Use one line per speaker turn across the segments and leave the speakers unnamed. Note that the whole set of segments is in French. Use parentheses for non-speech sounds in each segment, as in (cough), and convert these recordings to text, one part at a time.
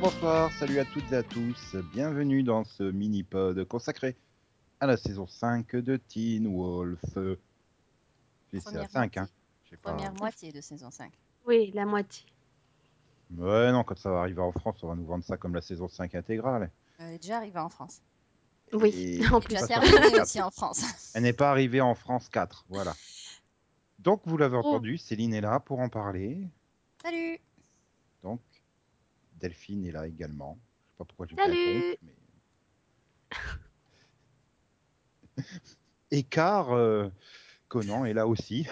bonsoir, salut à toutes et à tous. Bienvenue dans ce mini-pod consacré à la saison 5 de Teen Wolf. Et C'est à
Première
5, hein. je sais pas.
Première moitié de saison 5.
Oui, la moitié.
Ouais, non, quand ça va arriver en France, on va nous vendre ça comme la saison 5 intégrale.
Elle est déjà arrivée en France.
Oui,
Et-
(laughs) en
Et
plus.
ça,
déjà
ça
terminée
fait
aussi
(laughs)
en France.
Elle n'est pas arrivée en France 4, voilà. Donc, vous
Oh.
l'avez entendu, Céline est là pour en parler.
Salut
Donc, Delphine est là également. Je sais pas pourquoi j'ai
Salut
fait la conf, mais- (laughs) Et car euh, Conan est là aussi.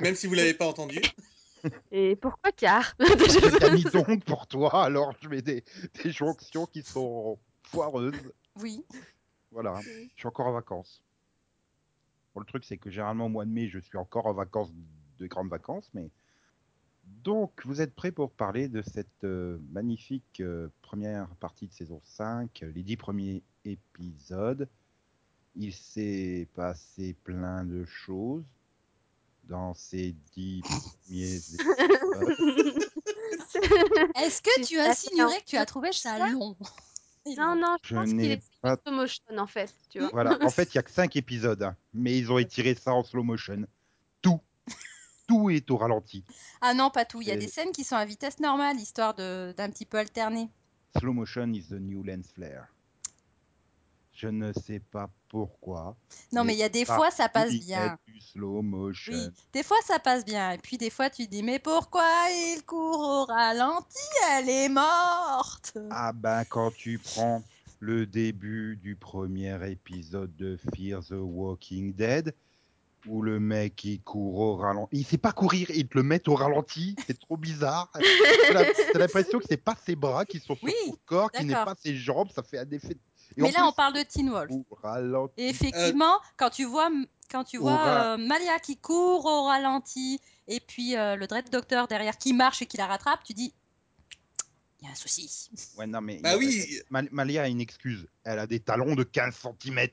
Même si vous l'avez
(laughs)
pas entendu.
Et pourquoi car (laughs)
(laughs) Je t'ai mis donc pour toi, alors je mets des, des jonctions qui sont foireuses. (laughs)
Oui,
Voilà, je suis encore en vacances. Bon, le truc, c'est que généralement au mois de mai, je suis encore en vacances, de grandes vacances, mais. Donc, vous êtes prêts pour parler de cette euh, magnifique euh, première partie de saison 5, euh, les dix premiers épisodes. Il s'est passé plein de choses dans ces dix premiers épisodes.
Est-ce que
C'est
tu as
ça,
insinué
c'est
que tu as trouvé ça long (laughs)
Non, non, (laughs) je,
Je
pense qu'il
n'ai
est
pas.
slow motion en fait, tu vois.
Voilà. En fait, il y a que 5 épisodes, hein. mais ils ont étiré ça en slow motion. Tout. Tout est au ralenti.
Ah non, pas tout. Il y a
Et-
des scènes qui sont à vitesse normale, histoire de- d'un petit peu alterner.
Slow motion is the new lens flare. Je ne sais pas pourquoi.
Non, mais il y a des fois, ça passe
il y a
bien.
Du slow motion.
Oui, des fois, ça passe bien. Et puis, des fois, tu te dis, mais pourquoi il court au ralenti Elle est morte
Ah ben, quand tu prends le début du premier épisode de Fear the Walking Dead, où le mec il court au ralenti, il sait pas courir, ils te le mettent au ralenti, c'est trop bizarre. T'as la- T'as l'impression que c'est pas ses bras qui sont sur
Oui,
son corps, qui n'est
d'accord.
pas ses jambes, ça fait un effet. Et
Mais là,
en
on parle de Teen Wolf.
plus, au ralenti.
Et effectivement, quand tu vois, quand tu
au
vois
ra-
euh, Malia qui court au ralenti et puis euh, le Dread Doctor derrière qui marche et qui la rattrape, tu dis il y a un souci.
Ouais, non, mais
Bah
il-
oui.
Mal- Malia a une excuse, elle a des talons de 15 cm.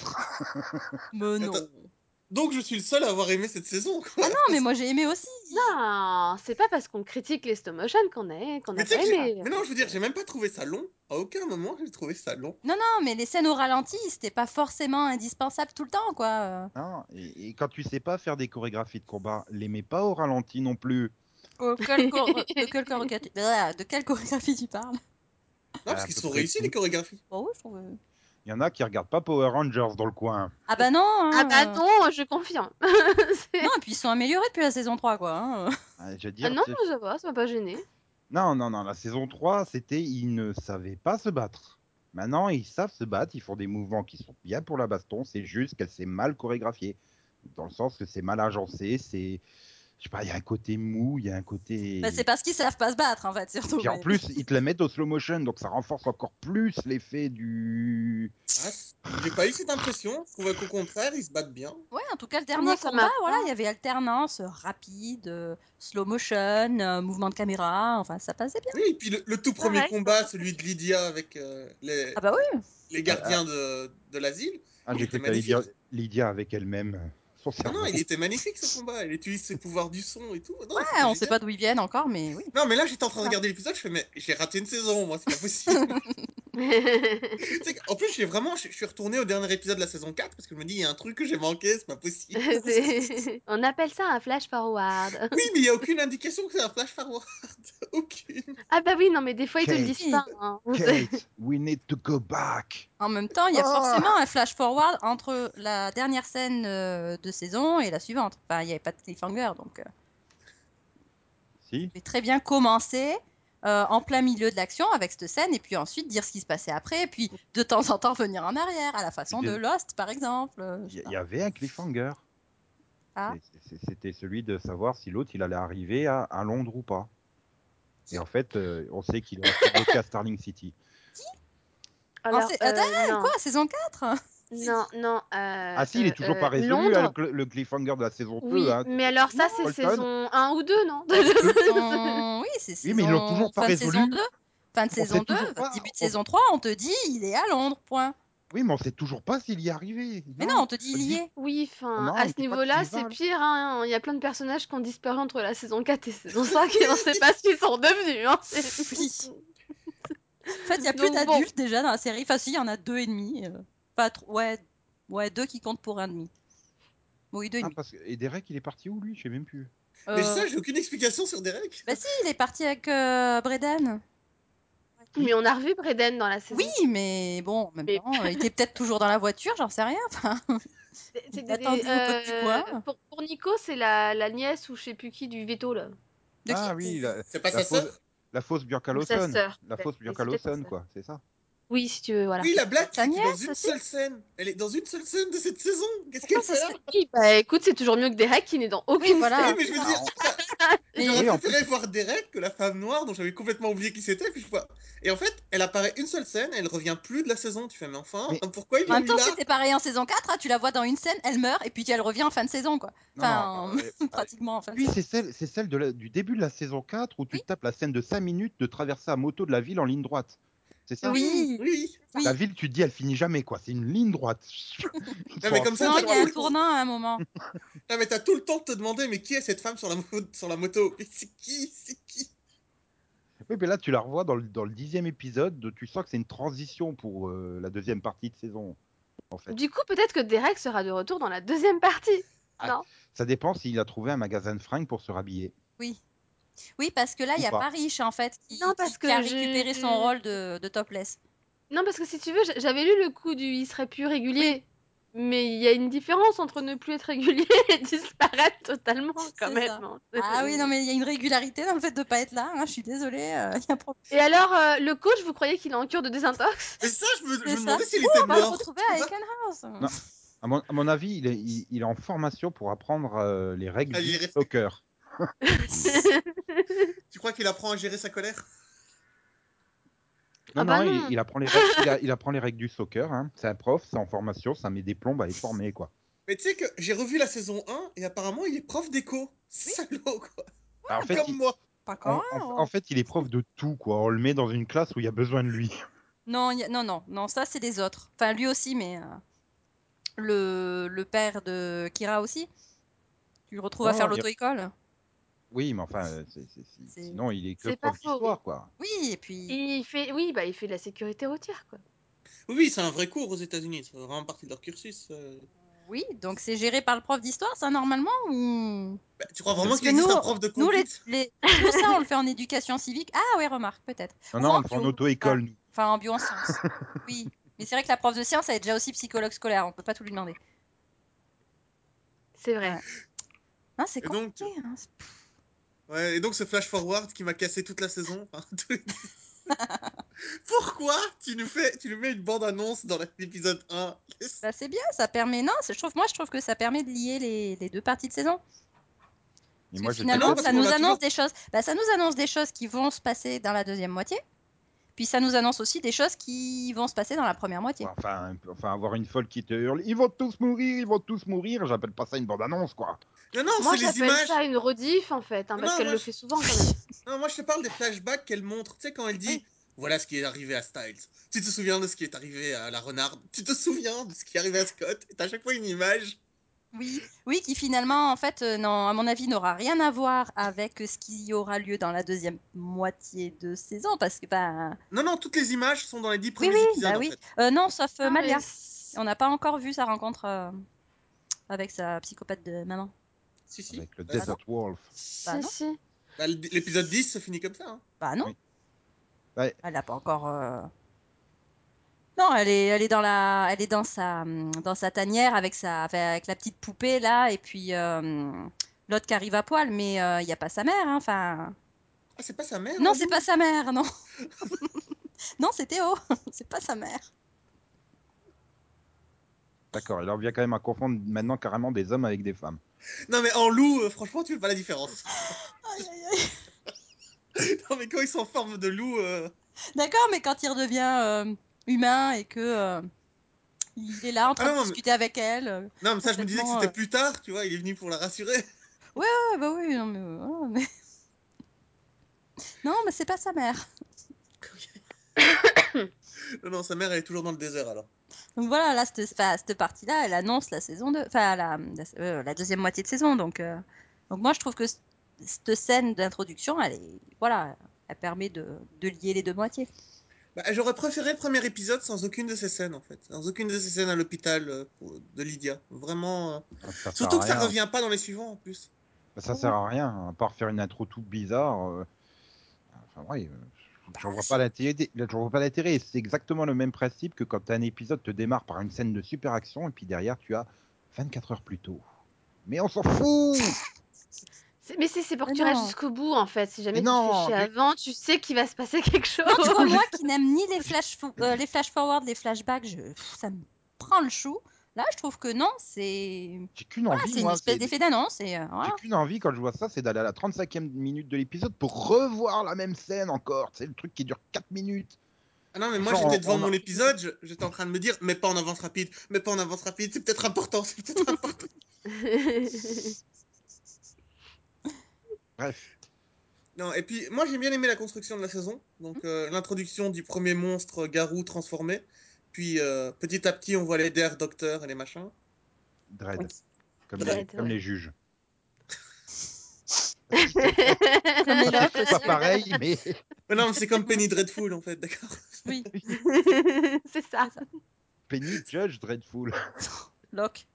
Mais non.
Attends. Donc je suis le seul à avoir aimé cette saison. quoi.
Ah non, mais moi j'ai aimé aussi.
Non, c'est pas parce qu'on critique les slow motion qu'on est, qu'on a
mais, tu sais
pas
que j'ai-
aimé.
mais non, je veux dire, j'ai même pas trouvé ça long. À aucun moment j'ai trouvé ça long.
Non, non, mais les scènes au ralenti, c'était pas forcément indispensable tout le temps, quoi. Euh,
Hein, et, et quand tu sais pas faire des chorégraphies de combat, les mets pas au ralenti non plus.
de quelle (laughs) chor- de quelle chorégraphie- Blah, de quelle chorégraphie tu parles Ah,
Non,
à
parce qu'ils
peu
sont
près
réussis
tout.
les chorégraphies.
Bon, oui, je trouve, euh.
Il y en a qui regardent pas Power Rangers dans le coin.
Ah bah non hein,
Ah bah
euh.
non, je confirme. (laughs) C'est-
Non, et puis ils sont améliorés depuis la saison 3, quoi. hein.
Ah, Je veux dire,
Ah non,
c'est-
ça va, ça m'a
(laughs)
pas gêné.
non, non, non, la saison 3, c'était ils ne savaient pas se battre. Maintenant, ils savent se battre, ils font des mouvements qui sont bien pour la baston, c'est juste qu'elle s'est mal chorégraphiée. Dans le sens que c'est mal agencé, c'est. Je sais pas, il y a un côté mou, il y a un côté.
Bah, c'est parce qu'ils savent pas se battre, en fait, surtout.
Puis en
mais-
plus,
(laughs)
ils te la mettent au slow motion, donc ça renforce encore plus l'effet du.
Ah, c- j'ai pas eu cette impression. Je trouvais qu'au contraire, ils se battent bien.
Ouais, en tout cas, le
Moi,
dernier
ça
combat,
m'a pas-
voilà, il y avait alternance, euh, rapide, euh, slow motion, euh, mouvement de caméra, enfin, ça passait bien.
Oui, et puis le, le tout premier
Pareil.
combat, celui de Lydia avec euh, les,
Ah bah oui,
les gardiens de, de l'asile.
Ah,
Il
j'ai
était
cru qu'elle Lydia,
magnifique.
Lydia avec elle-même. Son
Ah
cerveau.
non, il était magnifique ce combat. Elle utilise ses pouvoirs du son et tout. Non,
ouais,
c'était
on sait
génial.
pas d'où ils viennent encore, mais oui.
Non, mais là j'étais en train de regarder l'épisode, je fais, mais j'ai raté une saison, moi, c'est
(laughs)
pas possible. Tu sais qu'en plus, j'ai vraiment, je je suis retourné au dernier épisode de la saison 4 parce que je me dis, il y a un truc que j'ai manqué, c'est
(laughs)
pas possible.
C'est- (laughs) On appelle ça un flash forward.
Oui, mais il n'y a aucune indication que c'est un flash forward. (laughs) aucune.
Ah bah oui, non mais des fois ils te le disent
Quel-
pas. hein.
(laughs)
Kate, we need to go back.
En même temps, il y a
Oh
forcément un flash forward entre la dernière scène euh, de saison et la suivante. Enfin, il n'y avait pas de cliffhanger, donc euh,
Si
j'ai très bien commencé euh, en plein milieu de l'action avec cette scène, et puis ensuite dire ce qui se passait après, et puis de temps en temps venir en arrière, à la façon de
Des-
Lost, par exemple. euh,
Il
je sais
y,
pas.
il y avait un cliffhanger.
Ah.
C'est- c'est- C'était celui de savoir si l'autre il allait arriver à, à Londres ou pas. Et en fait, euh, on sait qu'il est resté bloqué à Starling City.
Alors,
c'est- attends,
euh, non,
Quoi, saison 4
non, non. euh,
ah si, il
euh,
est toujours pas
euh,
résolu
Londres,
hein, le, le cliffhanger de la saison 2.
Oui,
hein.
mais alors ça c'est
Bolton.
saison 1 ou 2, non
(laughs) Saison- Oui, c'est
Oui, mais ils l'ont
saison-
toujours pas
fin de
résolu.
saison 2. Fin de
On sait
saison 2,
toujours pas.
début de
On-
saison 3, on te dit il est à Londres, point.
Oui, mais on sait toujours pas s'il y est arrivé.
Mais non, on te dit il y
(laughs)
est.
Oui, enfin,
Non, on
à ce
peut pas
niveau-là,
qu'ils y
c'est
valent.
pire. hein. Il y a plein de personnages qui ont disparu entre la saison 4
(laughs)
et saison 5 et on sait pas ce qu'ils sont devenus. hein. C'est-
Oui. En fait, il y a plus
Donc, bon.
d'adultes déjà dans la série. Enfin, si, il y en a deux et demi. euh, pas trop. Ouais, ouais, deux qui comptent pour un demi. Oui, deux et
Ah,
demi.
parce que... Et Derek, il est parti où lui Je sais même plus.
Mais
Euh,
ça, j'ai aucune explication sur Derek.
Bah si, il est parti avec euh, Bredan.
Mais on a revu Breden dans la saison.
Oui, mais bon, en même
Mais-
temps, euh, il était peut-être toujours dans la voiture, j'en sais
Ah
rien. Enfin,
C'est- c'est des-
Attendez, au
des-
bout du coin.
Euh, pour, pour Nico, c'est la, la nièce ou je sais plus qui du Veto là.
de qui
ah oui, la,
C'est pas
la
sa
fausse-
sœur
la fausse Björk
Ou sa
Lawson.
sœur, Bah,
La
peut-être.
fausse
Mais
Björk
c'était pas
Lawson,
ça.
quoi, c'est ça
Oui, si tu veux, voilà.
Oui, la blague,
Sa
c'est qu'elle est dans
nièce
une
aussi
seule scène. Elle est dans une seule scène de cette saison. Qu'est-ce
Pourquoi
qu'elle
ça
fait là
Oui, bah écoute, c'est toujours mieux que Derek qui n'est dans aucune.
voilà.
Oui, mais je veux
Ah,
dire,
on-
ça-
Mais-
j'aurais
Oui, en
préféré voir Derek que la femme noire dont j'avais complètement oublié qui c'était. Puis je vois. Et en fait, elle apparaît une seule scène, elle revient plus de la saison. Tu fais, mais enfin,
Mais-
pourquoi il
En
est
même
mis
temps,
là
c'était pareil en saison 4, hein, tu la vois dans une scène, elle meurt, et puis elle revient en fin de saison, quoi. Enfin,
euh, euh,
Pratiquement en fin de
Puis
saison.
c'est celle, c'est celle de la- du début de la saison 4 où tu
Ah, Oui.
tapes la scène de 5 minutes de traverser à moto de la ville en ligne droite. C'est ça
Oui,
Oui.
oui.
La ville, tu te dis, elle finit jamais, quoi. C'est une ligne droite. (laughs)
Non, mais comme ça,
Non,
t'as
il y a un
tout, le-
tournant à un
Hum.
moment.
non, mais t'as tout le temps de te demander, mais qui est cette femme sur la, mo- sur la moto Mais C'est qui C'est qui
Oui, mais là, tu la revois dans le, dans le dixième épisode. Tu sens que c'est une transition pour euh, la deuxième partie de saison. En fait,
Du coup, peut-être que Derek sera de retour dans la deuxième partie.
Ah,
non
ça dépend s'il a trouvé un magasin de fringues pour se rhabiller.
Oui, parce que là, il y a
Ou pas.
Paris, en fait, qui,
Non, parce
qui- qui
que
a
j'ai-
récupéré son rôle de, de topless.
Non, parce que si tu veux, j'a- j'avais lu le coup du il serait plus régulier. Mais il y a une différence entre ne plus être régulier (laughs) et disparaître totalement, quand
C'est
même.
ça.
hein.
Ah oui, non, mais il y a une régularité dans le fait de pas être là, hein, je suis désolée, euh, il y a un problème.
Et alors, euh, le coach, vous croyez qu'il est en cure de
(laughs)
désintox
Mais ça, je me, je me
C'est ça.
demandais s'il
On
était
va le
mort.
retrouver à Eckenhouse.
Non. À mon, à mon avis, il est, il- il est en formation pour apprendre euh, les règles
Ah,
du
il est-
soccer.
Tu crois qu'il apprend à gérer sa colère
Non,
Ah bah
non, il-
non.
Il, apprend les règles, il, a- il apprend les règles du soccer. hein. C'est un prof, c'est en formation, ça met des plombes à être formé, quoi.
Mais tu sais que j'ai revu la saison 1 et apparemment il est prof d'éco. Salaud quoi.
Alors, Bah, en fait,
Comme
il,
moi.
(laughs) Pas
en,
quand
en- en fait, il est prof de tout, quoi. On le met dans une classe où il y a besoin de lui.
Non, il y a- non, non, non, ça c'est des autres. Enfin, lui aussi, mais euh, le, le père de Kira aussi. Tu le retrouves à
Oh,
faire
il y a-
l'auto-école.
Oui, mais enfin, euh, c'est- c'est- c'est-
C'est-
sinon, il est que
c'est
prof
pas faux.
d'histoire, quoi.
Oui, et puis.
il fait... Oui, bah il fait de la sécurité routière, quoi.
Oui, oui, c'est un vrai cours aux États-Unis. C'est vraiment partie de leur cursus. euh.
Oui, donc c'est géré par le prof d'histoire, ça, normalement ou...
Bah, tu crois vraiment
Parce
qu'il
que
existe
nous-
un prof de
Nous, les,
conduite
les- tout ça, on le fait en éducation civique. Ah, ouais, remarque, peut-être.
Non,
Ou
non,
en
on le fait en
bio.
auto-école, nous.
Enfin, en bio en
(laughs)
sciences. Oui. Mais c'est vrai que la prof de sciences, elle est déjà aussi psychologue scolaire, on peut pas tout lui demander.
C'est vrai.
Hein, c'est
Et donc-
compliqué. hein.
Ouais, et donc ce flash forward qui m'a cassé toute la saison. enfin,
(laughs)
(laughs) tout- Pourquoi tu nous fais, tu nous mets une bande annonce dans la- l'épisode 1 Qu'est-ce-
Bah, c'est bien, ça permet. Non, c'est- je trouve, moi, je trouve que ça permet de lier les, les deux parties de saison.
Et
Parce
moi,
que
je-
Non,
finalement,
parce
ça
qu'on
nous
a
annonce des choses. bah, ça nous annonce des choses qui vont se passer dans la deuxième moitié. Puis ça nous annonce aussi des choses qui vont se passer dans la première moitié.
Enfin, un peu- enfin, avoir une folle qui te hurle Ils vont tous mourir, ils vont tous mourir. J'appelle pas ça une bande-annonce, quoi.
Non, non,
Moi,
c'est les
j'appelle
images.
ça une rediff, en fait, hein, parce
Non,
qu'elle
moi,
le
je-
fait souvent, quand même.
Non, moi je te parle des flashbacks qu'elle montre. Tu sais, quand elle dit
Oui.
Voilà ce qui est arrivé à Styles. Tu te souviens de ce qui est arrivé à la renarde. Tu te souviens de ce qui est arrivé à Scott. Et t'as à chaque fois une image.
Oui, oui, qui finalement, en fait, euh, non, à mon avis, n'aura rien à voir avec euh, ce qui aura lieu dans la deuxième moitié de saison, parce que bah,
Non, non, toutes les images sont dans les 10
oui,
premiers
oui,
épisodes.
bah
en
oui,
fait.
Euh, non, sauf euh,
Ah,
Malia.
mais c'est-
On n'a pas encore vu sa rencontre euh, avec sa psychopathe de maman.
Si, si.
Avec le
Bah,
Desert Wolf.
Bah,
Si,
non.
si.
bah, L'épisode 10 se finit comme ça. hein.
Bah non.
Oui. Ouais.
Elle n'a pas encore. euh, Non, elle est, elle est dans la, elle est dans sa, hum, dans sa tanière avec sa, avec la petite poupée là, et puis euh, l'autre qui arrive à poil, mais euh, il n'y a pas sa mère, hein, enfin.
Ah, c'est pas sa mère
Non,
hein,
c'est
vous
pas sa mère, non. (laughs) non, c'est Théo, (laughs) c'est pas sa mère.
D'accord, il en vient quand même à confondre maintenant carrément des hommes avec des femmes.
Non, mais en loup, euh, franchement, tu fais pas la différence.
(laughs) Aïe, aïe, aïe.
(laughs) non, mais quand ils sont en forme de loup. euh,
D'accord, mais quand il redevient euh, humain et que euh, il est là en train
Ah non,
de
mais-
discuter avec elle. euh,
Non, mais ça, je me disais que
Complètement,
c'était
euh.
plus tard, tu vois. Il est venu pour la rassurer.
Ouais, bah oui, non mais voilà, mais- (laughs) Non, mais c'est pas sa mère.
non, non, sa mère, elle est toujours dans le désert alors.
Donc voilà, là, cette, enfin, cette partie-là, elle annonce la saison 2, enfin la, euh, la deuxième moitié de saison. Donc, euh, donc moi, je trouve que c- cette scène d'introduction, elle est, voilà, elle permet de, de lier les deux moitiés.
Bah, J'aurais préféré le premier épisode sans aucune de ces scènes, en fait. Sans aucune de ces scènes à l'hôpital euh, pour- de Lydia. Vraiment. euh.
Bah, Ça sert
Surtout
à
que ça
rien.
revient pas dans les suivants, en plus.
Bah, Ça sert à rien, à part faire une intro toute bizarre. euh, Enfin, ouais, euh,
Bah,
j'en vois pas l'intérêt. J'en vois pas l'intérêt. Et C'est exactement le même principe que quand un épisode te démarre par une scène de super action et puis derrière tu as 24 heures plus tôt. Mais on s'en fout
C'est- Mais c'est c'est pour que
Mais
tu restes
non.
jusqu'au bout en fait. Si jamais
Mais
tu
non,
fais chier
mais-
avant, tu sais qu'il va se passer (laughs) quelque chose.
Non, tu vois, moi qui n'aime ni les flash, fo- euh, les flash forward, les flashbacks, je, pff, ça me prend le chou. Là, je trouve que non, c'est
J'ai qu'une
voilà,
envie,
c'est une
moi.
espèce
c'est-
d'effet d'annonce. Et, euh,
(laughs)
voilà.
J'ai qu'une envie quand je vois ça, c'est d'aller à la 35e minute de l'épisode pour revoir la même scène encore. C'est le truc qui dure 4 minutes.
Ah non, mais moi
Genre,
j'étais
on-
devant
on a-
mon épisode, je- j'étais en train de me dire, mais pas en avance rapide, mais pas en avance rapide, c'est peut-être important, c'est
(laughs)
peut-être important.
(laughs)
Bref.
Non, et puis moi j'ai bien aimé la construction de la saison, donc
Mmh.
euh, l'introduction du premier monstre euh, garou transformé, puis euh, petit à petit on voit les der docteurs et les machins.
Dread.
Oui.
Comme, les,
Dread,
comme
ouais.
les
(laughs)
juges.
Comme les locks
C'est pas
aussi.
pareil, mais.
Mais non, mais c'est comme Penny Dreadful en fait, d'accord
Oui,
c'est ça.
Penny, Judge, Dreadful.
locks.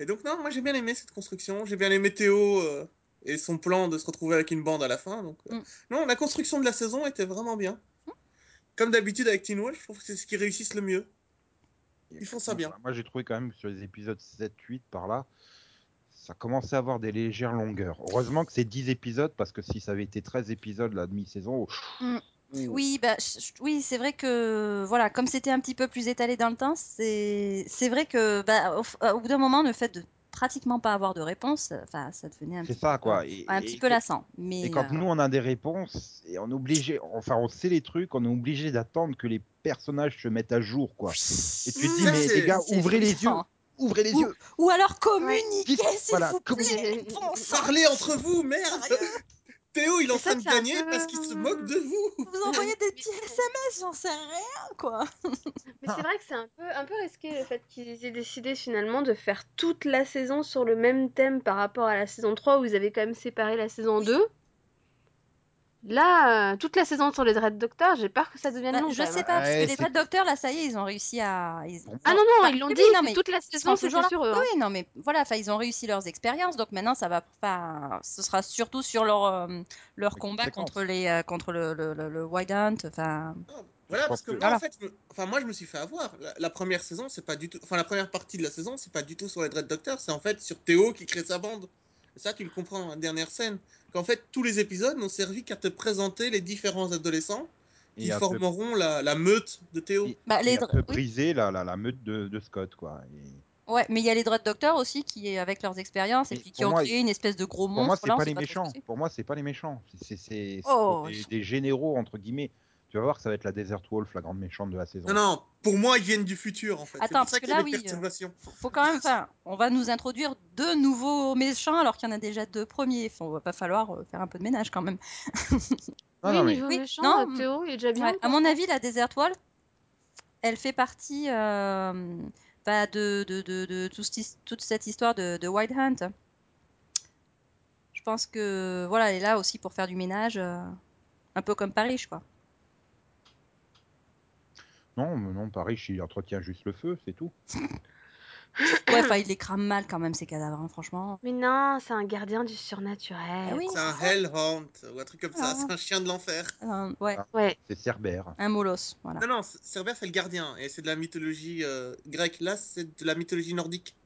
Et donc non, moi j'ai bien aimé cette construction, j'ai bien aimé Théo euh, et son plan de se retrouver avec une bande à la fin, donc euh,
Mm.
non, la construction de la saison était vraiment bien.
Mm.
Comme d'habitude avec Teen Wolf, je trouve que c'est ce qui réussissent le mieux. Ils font ça bien.
Moi, j'ai trouvé quand même que sur les épisodes 7-8 par là, ça commençait à avoir des légères longueurs. Heureusement que c'est 10 épisodes, parce que si ça avait été 13 épisodes la demi-saison. oh,
Mm.
ouh.
Oui, bah, je- je- oui, c'est vrai que voilà, comme c'était un petit peu plus étalé dans le temps, c'est c'est vrai que bah, au, f- euh, au bout d'un moment, le fait de pratiquement pas avoir de réponse, euh, enfin, ça devenait un,
C'est
petit,
ça, quoi. Et,
un
et
petit
que-
peu lassant. Mais
Et quand
euh,
nous on a des réponses et on est obligé, enfin on sait les trucs, on est obligé d'attendre que les personnages se mettent à jour quoi. Et tu te dis
Ça,
mais
c'est-
les gars
c'est
ouvrez les yeux,
frustrant.
ouvrez les
Ouh,
yeux.
Ou alors communiquer,
Dites-
s'il
voilà,
vous plaît.
communiquer.
(laughs)
Bon sang,
Parlez Oh, entre vous, merde (laughs) Théo, il est
Mais
en
hein. ça,
train de
c'est un
gagner
peu-
parce qu'il se moque de vous
vous envoyez des petits SMS, j'en sais rien, quoi.
Mais
Ah.
c'est vrai que c'est un peu, un peu risqué le fait qu'ils aient décidé finalement de faire toute la saison sur le même thème par rapport à la saison 3 où ils avaient quand même séparé la saison 2. Là, euh, toute la saison sur les Dread Doctors, j'ai peur que ça devienne
Bah,
long.
je
quand
sais
même.
pas, parce
Ouais,
que les
c'est-
vrais docteurs, là, ça y est, ils ont réussi à. ils-
Pour moi,
Ah non, non,
Enfin,
ils l'ont
Bah, oui,
dit,
non,
que
mais
toute la
Ils
saison
sont
c'était
toujours là.
sur eux. hein.
Oui, non, mais voilà, enfin, ils ont réussi leurs expériences, donc maintenant ça va pas. Ce sera surtout sur leur euh, leur
Les
combat
conséquences.
contre les euh, contre le le, le, le White Hunt. Enfin,
Ah, Voilà,
Je
parce
pense
que
que-
moi,
Voilà.
en fait, je me- enfin, moi, je me suis fait avoir. La, la première saison, c'est pas du tout... Enfin, la première partie de la saison, c'est pas du tout sur les Dread Doctors, c'est en fait sur Théo qui crée sa bande. Et ça, tu le comprends dans la dernière scène. Qu'en fait, tous les épisodes n'ont servi qu'à te présenter les différents adolescents
et
qui
un peu-
formeront la, la meute de Théo.
et-
bah, les
et un
dr-
peu
oui,
briser la, la, la meute de, de Scott quoi. Et
ouais, mais il y a les Dread Doctors aussi qui est avec leurs expériences et
Mais
puis qui
pour
ont
moi,
créé une espèce de gros
pour moi
monstre.
c'est
là, on
pas
sait
les
trop ce que
méchants.
c'est.
Pour moi c'est pas les méchants. C'est c'est- c'est
Oh,
des,
ils
des généraux entre guillemets. Tu vas voir ça va être la Desert Wolf la grande méchante de la saison.
Non, non, pour moi, ils viennent du futur, en fait. C'est
Attends,
pour
parce
ça
que
qu'il y a
là,
des
oui, euh,
perturbations.
Faut, faut quand même. Enfin, on va nous introduire deux nouveaux méchants alors qu'il y en a déjà deux premiers. Enfin, va pas falloir euh, faire un peu de ménage quand même.
Ah, Non,
oui,
non, mais-
niveau
Oui,
méchant,
non,
euh, Théo il est déjà bien.
Ouais, à mon avis, la Desert Wall, elle fait partie euh, bah, de, de, de- de tout ce- toute cette histoire de, de Wild Hunt. Je pense que voilà, elle est là aussi pour faire du ménage, euh, un peu comme Paris, (coughs) quoi.
non, mais non, Paris il entretient juste le feu, c'est tout.
Ouais, enfin, il les crame mal quand même ces cadavres, hein, franchement.
Mais non, c'est un gardien du surnaturel.
Ah oui.
C'est un Hellhound, ou un truc comme ça,
Ah.
c'est un chien de l'enfer.
Euh, ouais,
Ouais.
C'est Cerbère.
un molosse, voilà.
Non, non, C- Cerber, c'est le gardien, et c'est de la mythologie euh, grecque. Là, c'est de la mythologie nordique.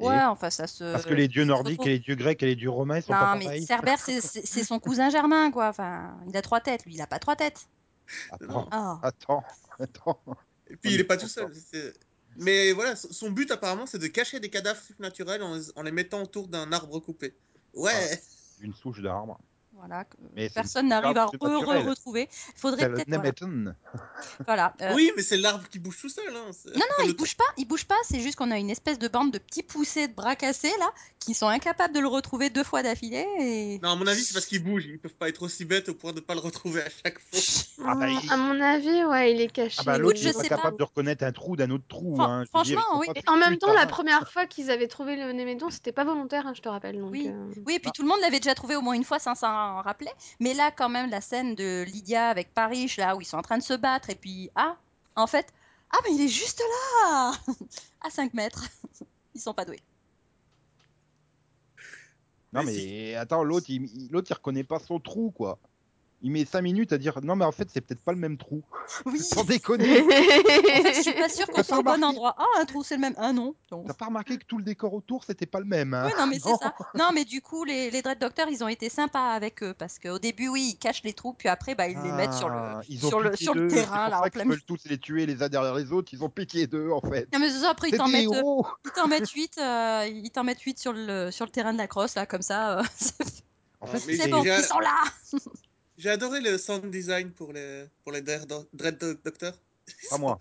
Et-
Ouais, enfin, ça se.
Parce que les dieux
ça se
nordiques et
retrouve.
les dieux grecs et les dieux romains ils sont pas
Non, mais
pareils.
Cerber, c'est- c'est c'est son cousin germain, quoi. Enfin, il a trois têtes, lui, il a pas trois têtes.
Attends,
Oh.
Ah.
attends, attends.
Et puis, il est pas tout seul. c'est- Mais voilà, son- son but, apparemment, c'est de cacher des cadavres surnaturels en, en les mettant autour d'un arbre coupé. Ouais,
Une souche d'arbre.
Voilà, que
Mais c'est
personne n'arrive à
arbre
re-
naturel.
re- retrouver. Faudrait
C'est le
peut-être. Voilà.
Nemeton.
voilà, euh,
oui, mais c'est l'arbre qui bouge tout seul. Hein. c'est-
Non,
enfin,
non,
le
il bouge pas, il bouge pas, c'est juste qu'on a une espèce de bande de petits poussés de bras cassés là, qui sont incapables de le retrouver deux fois d'affilée. Et...
Non, à mon avis, c'est parce qu'ils bougent. Ils peuvent pas être aussi bêtes au point de pas le retrouver à chaque fois.
Ah bah,
Ah,
il-
À mon avis, ouais, il est caché.
Ah bah,
Écoute,
l'autre,
je
il est pas
sais
capable
pas.
de reconnaître un trou d'un autre trou.
Fran-
hein. Je veux dire, ils
franchement,
sont
oui.
pas
Et en même
plus
temps, la
tarés.
première fois qu'ils avaient trouvé le Némédon, c'était pas volontaire, hein, je te rappelle. Donc,
Oui.
euh,
Oui, et puis tout le monde l'avait déjà trouvé au moins une fois sans s'en rappeler. Mais là, quand même, la scène de Lydia avec Paris, là, où ils sont en train de se battre, et puis, ah, en fait, ah, mais il est juste là, (laughs) à 5 mètres. (laughs) Ils sont pas doués.
hein. Non
Mais
mais attends, l'autre, il, il- l'autre, il reconnaît pas son trou, quoi. Il met 5 minutes à dire non mais en fait c'est peut-être pas le même trou.
Oui.
Sans déconner.
En fait, je suis
(laughs)
(laughs)
pas sûre qu'on
T'as
soit au
pas
bon
remarqué
endroit. Ah, un trou, c'est le même. Ah non. non.
T'as pas remarqué que tout le décor autour c'était pas le même. Hein
Ouais, non, mais c'est
Non.
ça. Non, mais du coup, les, les Dread Doctors, ils ont été sympas avec eux parce qu'au début, oui, ils cachent les trous, puis après, bah, ils les mettent sur le,
Ah, ils ont
sur le-
pitié
sur le
d'eux,
terrain,
c'est pour
là,
ça
en
qu'ils
plein
veulent tous les tuer les uns derrière les autres. Ils ont pitié d'eux en fait.
Non, mais c'est ça, après, ils
C'est
t'en
des
mettent, euh,
héros.
ils t'en mettent 8, ils t'en mettent huit sur le, sur le terrain de la crosse, là, comme ça. euh, (laughs) c'est
En
Ah,
fait,
mais
c'est
bon,
des-
j'ai-
ils sont là.
J'ai adoré le sound design pour les, pour les Dread Dread Doctor.
pas moi,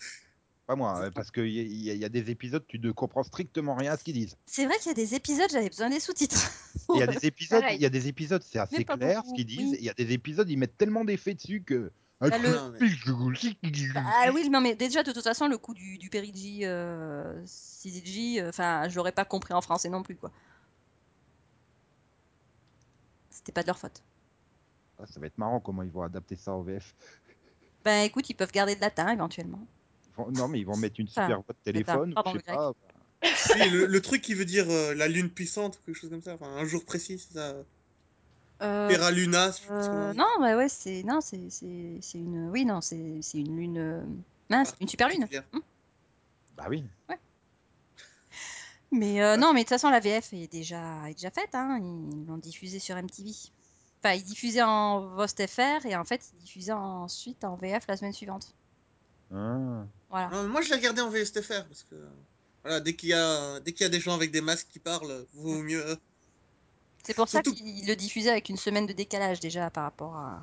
pas moi, euh, parce que il y, a- il y a- il y a des épisodes tu ne comprends strictement rien à ce qu'ils disent.
C'est vrai qu'il y a des épisodes, j'avais besoin des sous-titres.
Il y a des épisodes,
Pareil.
il y a des épisodes, c'est assez
pas
clair
beaucoup,
ce qu'ils disent.
oui.
et Il y a des épisodes, ils mettent tellement d'effets dessus que.
Bah, le-
Non, mais-
Ah,
Bah oui, non, mais déjà, de toute façon, le coup du, du Perigi, euh, CDG, euh, enfin, je l'aurais pas compris en français non plus, quoi. C'était pas de leur faute.
Ah, ça va être marrant comment ils vont adapter ça en VF.
Ben écoute, ils peuvent garder de latin éventuellement.
Ils vont- Non mais ils vont mettre une
Enfin,
super voix de téléphone,
pardon,
je
le
sais pas.
Oui, le, le truc qui veut dire euh, la lune puissante, quelque chose comme ça, enfin un jour précis, c'est ça.
Euh,
Terra Luna, je sais pas ce qu'on
euh,
a dit.
non, bah ouais, c'est non, c'est c'est- c'est une oui, non, c'est c'est une lune euh, mince, une super lune.
particulière.
Bah oui.
Mais euh, non, mais de toute façon, la VF est déjà est déjà faite. Hein. Ils l'ont diffusée sur MTV. Enfin, ils diffusaient en VostFR et en fait, ils diffusaient ensuite en VF la semaine suivante.
Ah.
Voilà.
Non, mais moi je l'ai regardé en VSTFR parce que voilà, dès qu'il y a dès qu'il y a des gens avec des masques qui parlent, vaut mieux. euh,
C'est pour ça
Surtout-
qu'ils le diffusaient avec une semaine de décalage déjà par rapport à.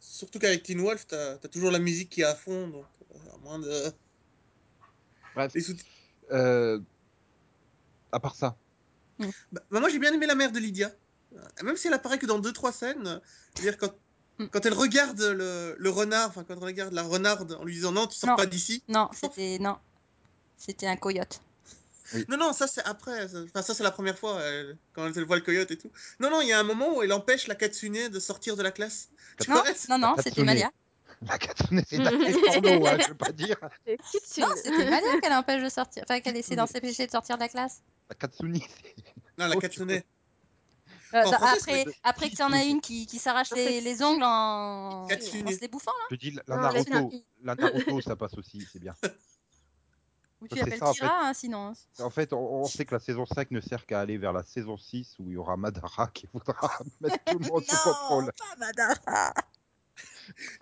Surtout qu'avec Teen Wolf, t'as as toujours la musique qui est à fond, donc euh, à moins de.
Bref.
les sous-titres.
Euh, à part ça. (laughs)
Bah, bah, moi j'ai bien aimé la mère de Lydia, Euh, même si elle apparaît que dans deux trois scènes. euh, C'est-à-dire quand
Mm.
quand elle regarde le, le renard, enfin quand elle regarde la renarde en lui disant non tu sors
Non.
pas d'ici.
Non, c'était non, c'était un coyote.
Non, non, ça c'est après. ça- Enfin, ça c'est la première fois euh, quand elle voit le coyote et tout. Non, non, il y a un moment où elle empêche la Katsune de sortir de la classe. Tu
Non,
restes-
non, non, c'était
Katsune.
Malia.
La Katsune, c'est de la caisse porno, hein, je veux pas dire.
Non,
c'est Kitsune.
c'était Malia qu'elle empêche de sortir, enfin qu'elle essaie
Mais-
d'empêcher de sortir de la classe.
La Katsune, c'est-
Non, la
Oh,
Katsune.
Euh,
En
dans-
français,
après,
c'est-
après qu'il y en a une qui, qui s'arrache les, les ongles en,
Katsune.
en se les bouffant, là.
je dis la la
Non, la
Naruto.
Katsune.
La Naruto, ça passe aussi, c'est bien.
Ou tu
Ah, C'est
l'appelles
ça, en
Kira, hein, sinon.
(laughs) En fait, on, on sait que la saison 5 ne sert qu'à aller vers la saison 6 où il y aura Madara qui voudra (laughs) mettre tout le monde sous contrôle.
pas Madara.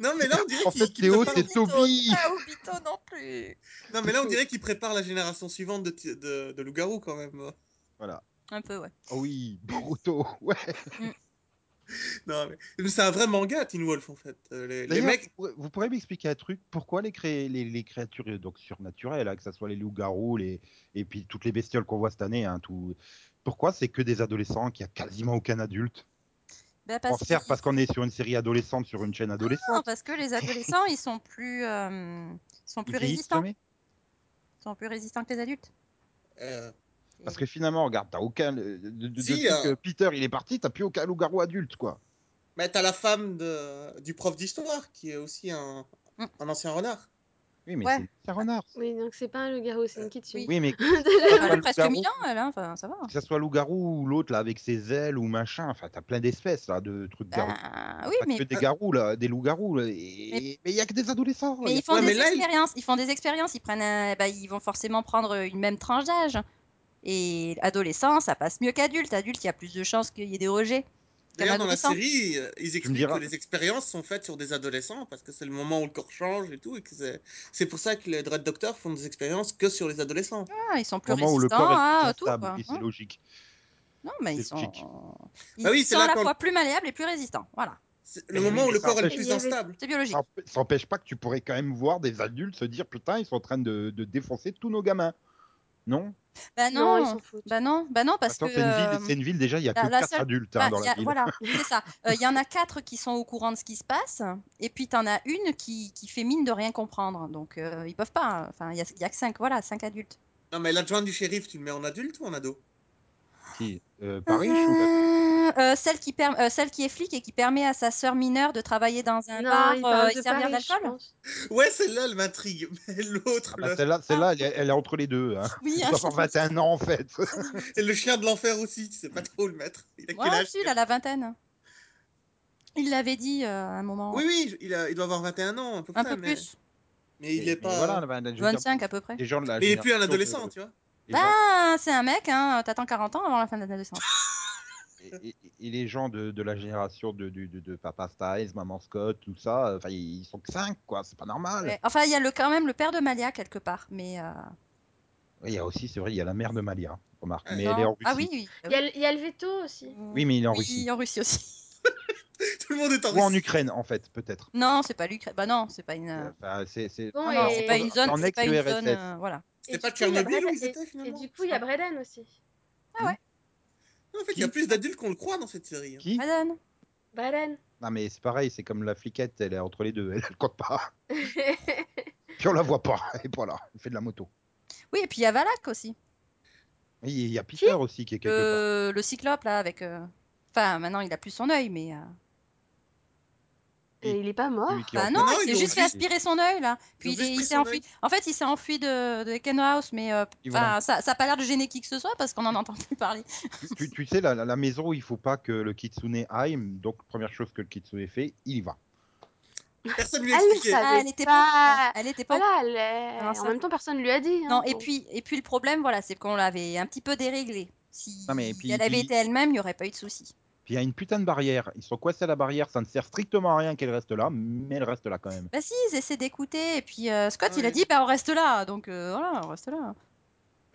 Non, mais là on dirait
En
qu'il
fait,
qu'il
Théo,
prépare-
c'est
(laughs)
Toby
Pas Obito non plus.
Non, mais là on dirait qu'il prépare la génération suivante de, ti- de, de loup-garou quand même. (laughs)
Voilà.
Un peu, ouais.
Ah oui, Boruto, ouais.
Non, mais c'est un vrai manga, Teen Wolf en fait. Euh, Les, les
D'ailleurs,
mecs.
vous pourrez- vous pourrez m'expliquer un truc Pourquoi les, cré- les, les créatures euh, donc surnaturelles, hein, que ce soit les loups-garous, les... et puis toutes les bestioles qu'on voit cette année, hein, tout... pourquoi c'est que des adolescents qu'il n'y a quasiment aucun adulte
Bah,
En
parce,
certes,
qu'ils- Ah,
parce qu'on est sur une série adolescente, sur une chaîne
non,
adolescente.
parce que les adolescents, ils sont plus, euh, ils sont
Ils
plus
vieillissent
résistants.
jamais.
Ils sont plus résistants que les adultes.
euh,
Parce que finalement, regarde, t'as aucun. euh, De, de- de
Si,
truc,
euh.
euh, Peter, il est parti, t'as plus aucun loup-garou adulte, quoi.
Mais t'as la femme de, du prof d'histoire qui est aussi un,
Mm.
un ancien renard.
Oui, mais
Ouais.
c'est c'est un renard.
Oui, donc c'est pas un loup-garou, c'est une Kitsune.
Oui, mais
Elle
pas
a
le
presque
loup-garou.
1000 ans, elle, hein, enfin, ça va.
que ce soit loup-garou ou l'autre, là, avec ses ailes ou machin, enfin, t'as plein d'espèces, là, de trucs garous.
Ben, oui,
Pas
mais
que des garous, là, des loups-garous. là, et- Mais il y a que des adolescents.
Mais
y a
ils font
Ouais,
des
mais là, il-
expériences, ils font des expériences, ils prennent, un- bah, ils vont forcément prendre euh, une même tranche d'âge. Et adolescent, ça passe mieux qu'adulte. Adulte, il y a plus de chances qu'il y ait des rejets.
D'ailleurs, dans la
adolescent.
série, euh, ils expliquent
diras.
que les expériences sont faites sur des adolescents parce que c'est le moment où le corps change et tout. Et que c'est c'est pour ça que les Dread Doctors font des expériences que sur les adolescents.
Ah, ils sont
Au
plus
moment où le
résistants
corps est
à
plus
tout.
instable,
quoi.
oui,
Hein
c'est logique.
Non, mais ils
c'est
sont,
logique.
ils
Bah oui, c'est
sont à
là
la
quand-
fois plus malléables et plus résistants. Voilà,
C'est le
Mais
moment
oui,
où le
ça
corps est le
empêche-
plus
Il y avait-
instable.
c'est biologique.
Ça emp- ça empêche pas que tu pourrais quand même voir des adultes se dire Putain, ils sont en train de, de défoncer tous nos gamins. Non
Bah non,
Non, ils s'en foutent.
bah non, bah non, parce
Attends,
que.
c'est une,
euh,
ville- c'est une ville, déjà, il n'y a
la-
que
la
4
seule-
adultes hein,
bah,
dans
y a-
la ville. (laughs)
Voilà, c'est ça. Euh, Il y en a quatre qui sont au courant de ce qui se passe, et puis tu en as une qui, qui fait mine de rien comprendre. Donc euh, ils peuvent pas. Enfin, il y, a- il y a que cinq, voilà, cinq adultes.
Non, mais l'adjoint du shérif, tu le mets en adulte ou en ado
Qui Euh, Paris je
(laughs)
trouve.
Euh, celle, qui per- euh, celle qui est flic et qui permet à sa sœur mineure de travailler dans un
non,
bar
ils
euh,
parlent
et
de
servir
Paris, je
d'alcool
pense.
Ouais, celle-là, elle m'intrigue. (laughs) Mais l'autre,
Ah bah,
là,
celle-là, celle-là elle, est- elle est entre les deux.
(laughs)
Hein.
Oui,
Elle
hein,
doit avoir 21 ans, en fait.
c'est le chien de l'enfer aussi, tu sais
Mmh.
pas trop où le mettre. (laughs) Il a
Ouais,
quel âge
si, il a la vingtaine. Il l'avait dit euh, à un moment.
Oui, oui, il, a- il doit avoir 21 ans, à peu
un
près,
peu
mais...
plus.
mais il
Mais
est pas.
voilà, ben, je veux dire,
25 à peu près.
les gens de la
mais il est plus un
génération
adolescent,
de-
tu vois. (laughs)
les gens-
Ah, c'est un mec, hein, t'attends 40 ans avant la fin de l'adolescence.
Ah, et, et- et les gens de, de la génération de, du- de- de Papa Styles, Maman Scott, tout ça, euh, enfin, ils sont que 5, quoi. C'est pas normal.
Ouais. Enfin, il y a le, quand même le père de Malia quelque part, mais. euh,
Oui, il y a aussi, c'est vrai, il y a la mère de Malia, remarque.
Ah,
Mais
non.
elle est en Russie.
Ah oui, oui.
Il y, a le- il y a le veto aussi.
Oui, mais il est en Russie.
en Russie aussi.
Tout le monde est en
Ou en
Russie.
Ukraine, en fait, peut-être.
Non, c'est pas l'Ukraine. Bah non, c'est pas une. euh,
Enfin, c'est, c'est... Ah
Bon,
Non,
et-
non, c'est pas une zone.
en
C'est pas une zone.
ex-URSS.
euh, voilà.
et
C'était
du
pas
coup, il y a
Tchernobyl où
Bren-
ils
et-
étaient,
Et
finalement
du coup, il y a Brennan aussi.
En fait, il y a plus d'adultes qu'on le croit dans cette série. hein.
Qui
Madame.
Brennan.
(laughs)
Non, mais c'est pareil, c'est comme la fliquette, elle est entre les deux, (laughs) elle, elle compte pas. Puis on la voit pas, (laughs) et voilà, elle fait de la moto.
Oui, et puis il y a Valak aussi.
Oui, Il y a Peter aussi qui est quelque part.
Le, le cyclope là avec. euh, Enfin, maintenant il a plus son œil, mais. euh,
Et il est pas mort.
Celui qui est
Bah
en
non,
Non,
tête.
il s'est
ils l'ont
juste fait
juste-
aspirer son œil là. Puis
ont
il, est-
juste pris
il s'est
son
enfui. En fait, il s'est enfui de, de Ken House, mais euh,
Ils vont
enfin, ça, ça a pas l'air de gêner qui que ce soit parce qu'on en entend plus (laughs) parler.
Tu, tu- tu sais, la, la- la maison où il faut pas que le kitsune aille, donc première chose que le kitsune fait, il y va.
Personne lui a
Elle le
expliqué.
savait
Ah, elle était pas.
pas.
Elle était pas. au
Voilà, elle est-
Oh. Alors, ça-
en même temps, personne lui a dit. hein,
Non, et
bon.
puis, et puis le problème, voilà, c'est qu'on l'avait un petit peu déréglé. Si
Non, mais puis-
elle avait
puis-
été elle-même, il n'y aurait pas eu de souci.
Puis il y a une putain de barrière. Ils sont coincés à la barrière, ça ne sert strictement à rien qu'elle reste là, mais elle reste là quand même.
Bah si, ils essaient d'écouter, et puis euh, Scott, il a
Ouais.
dit, bah on reste là, donc euh, voilà, on reste là.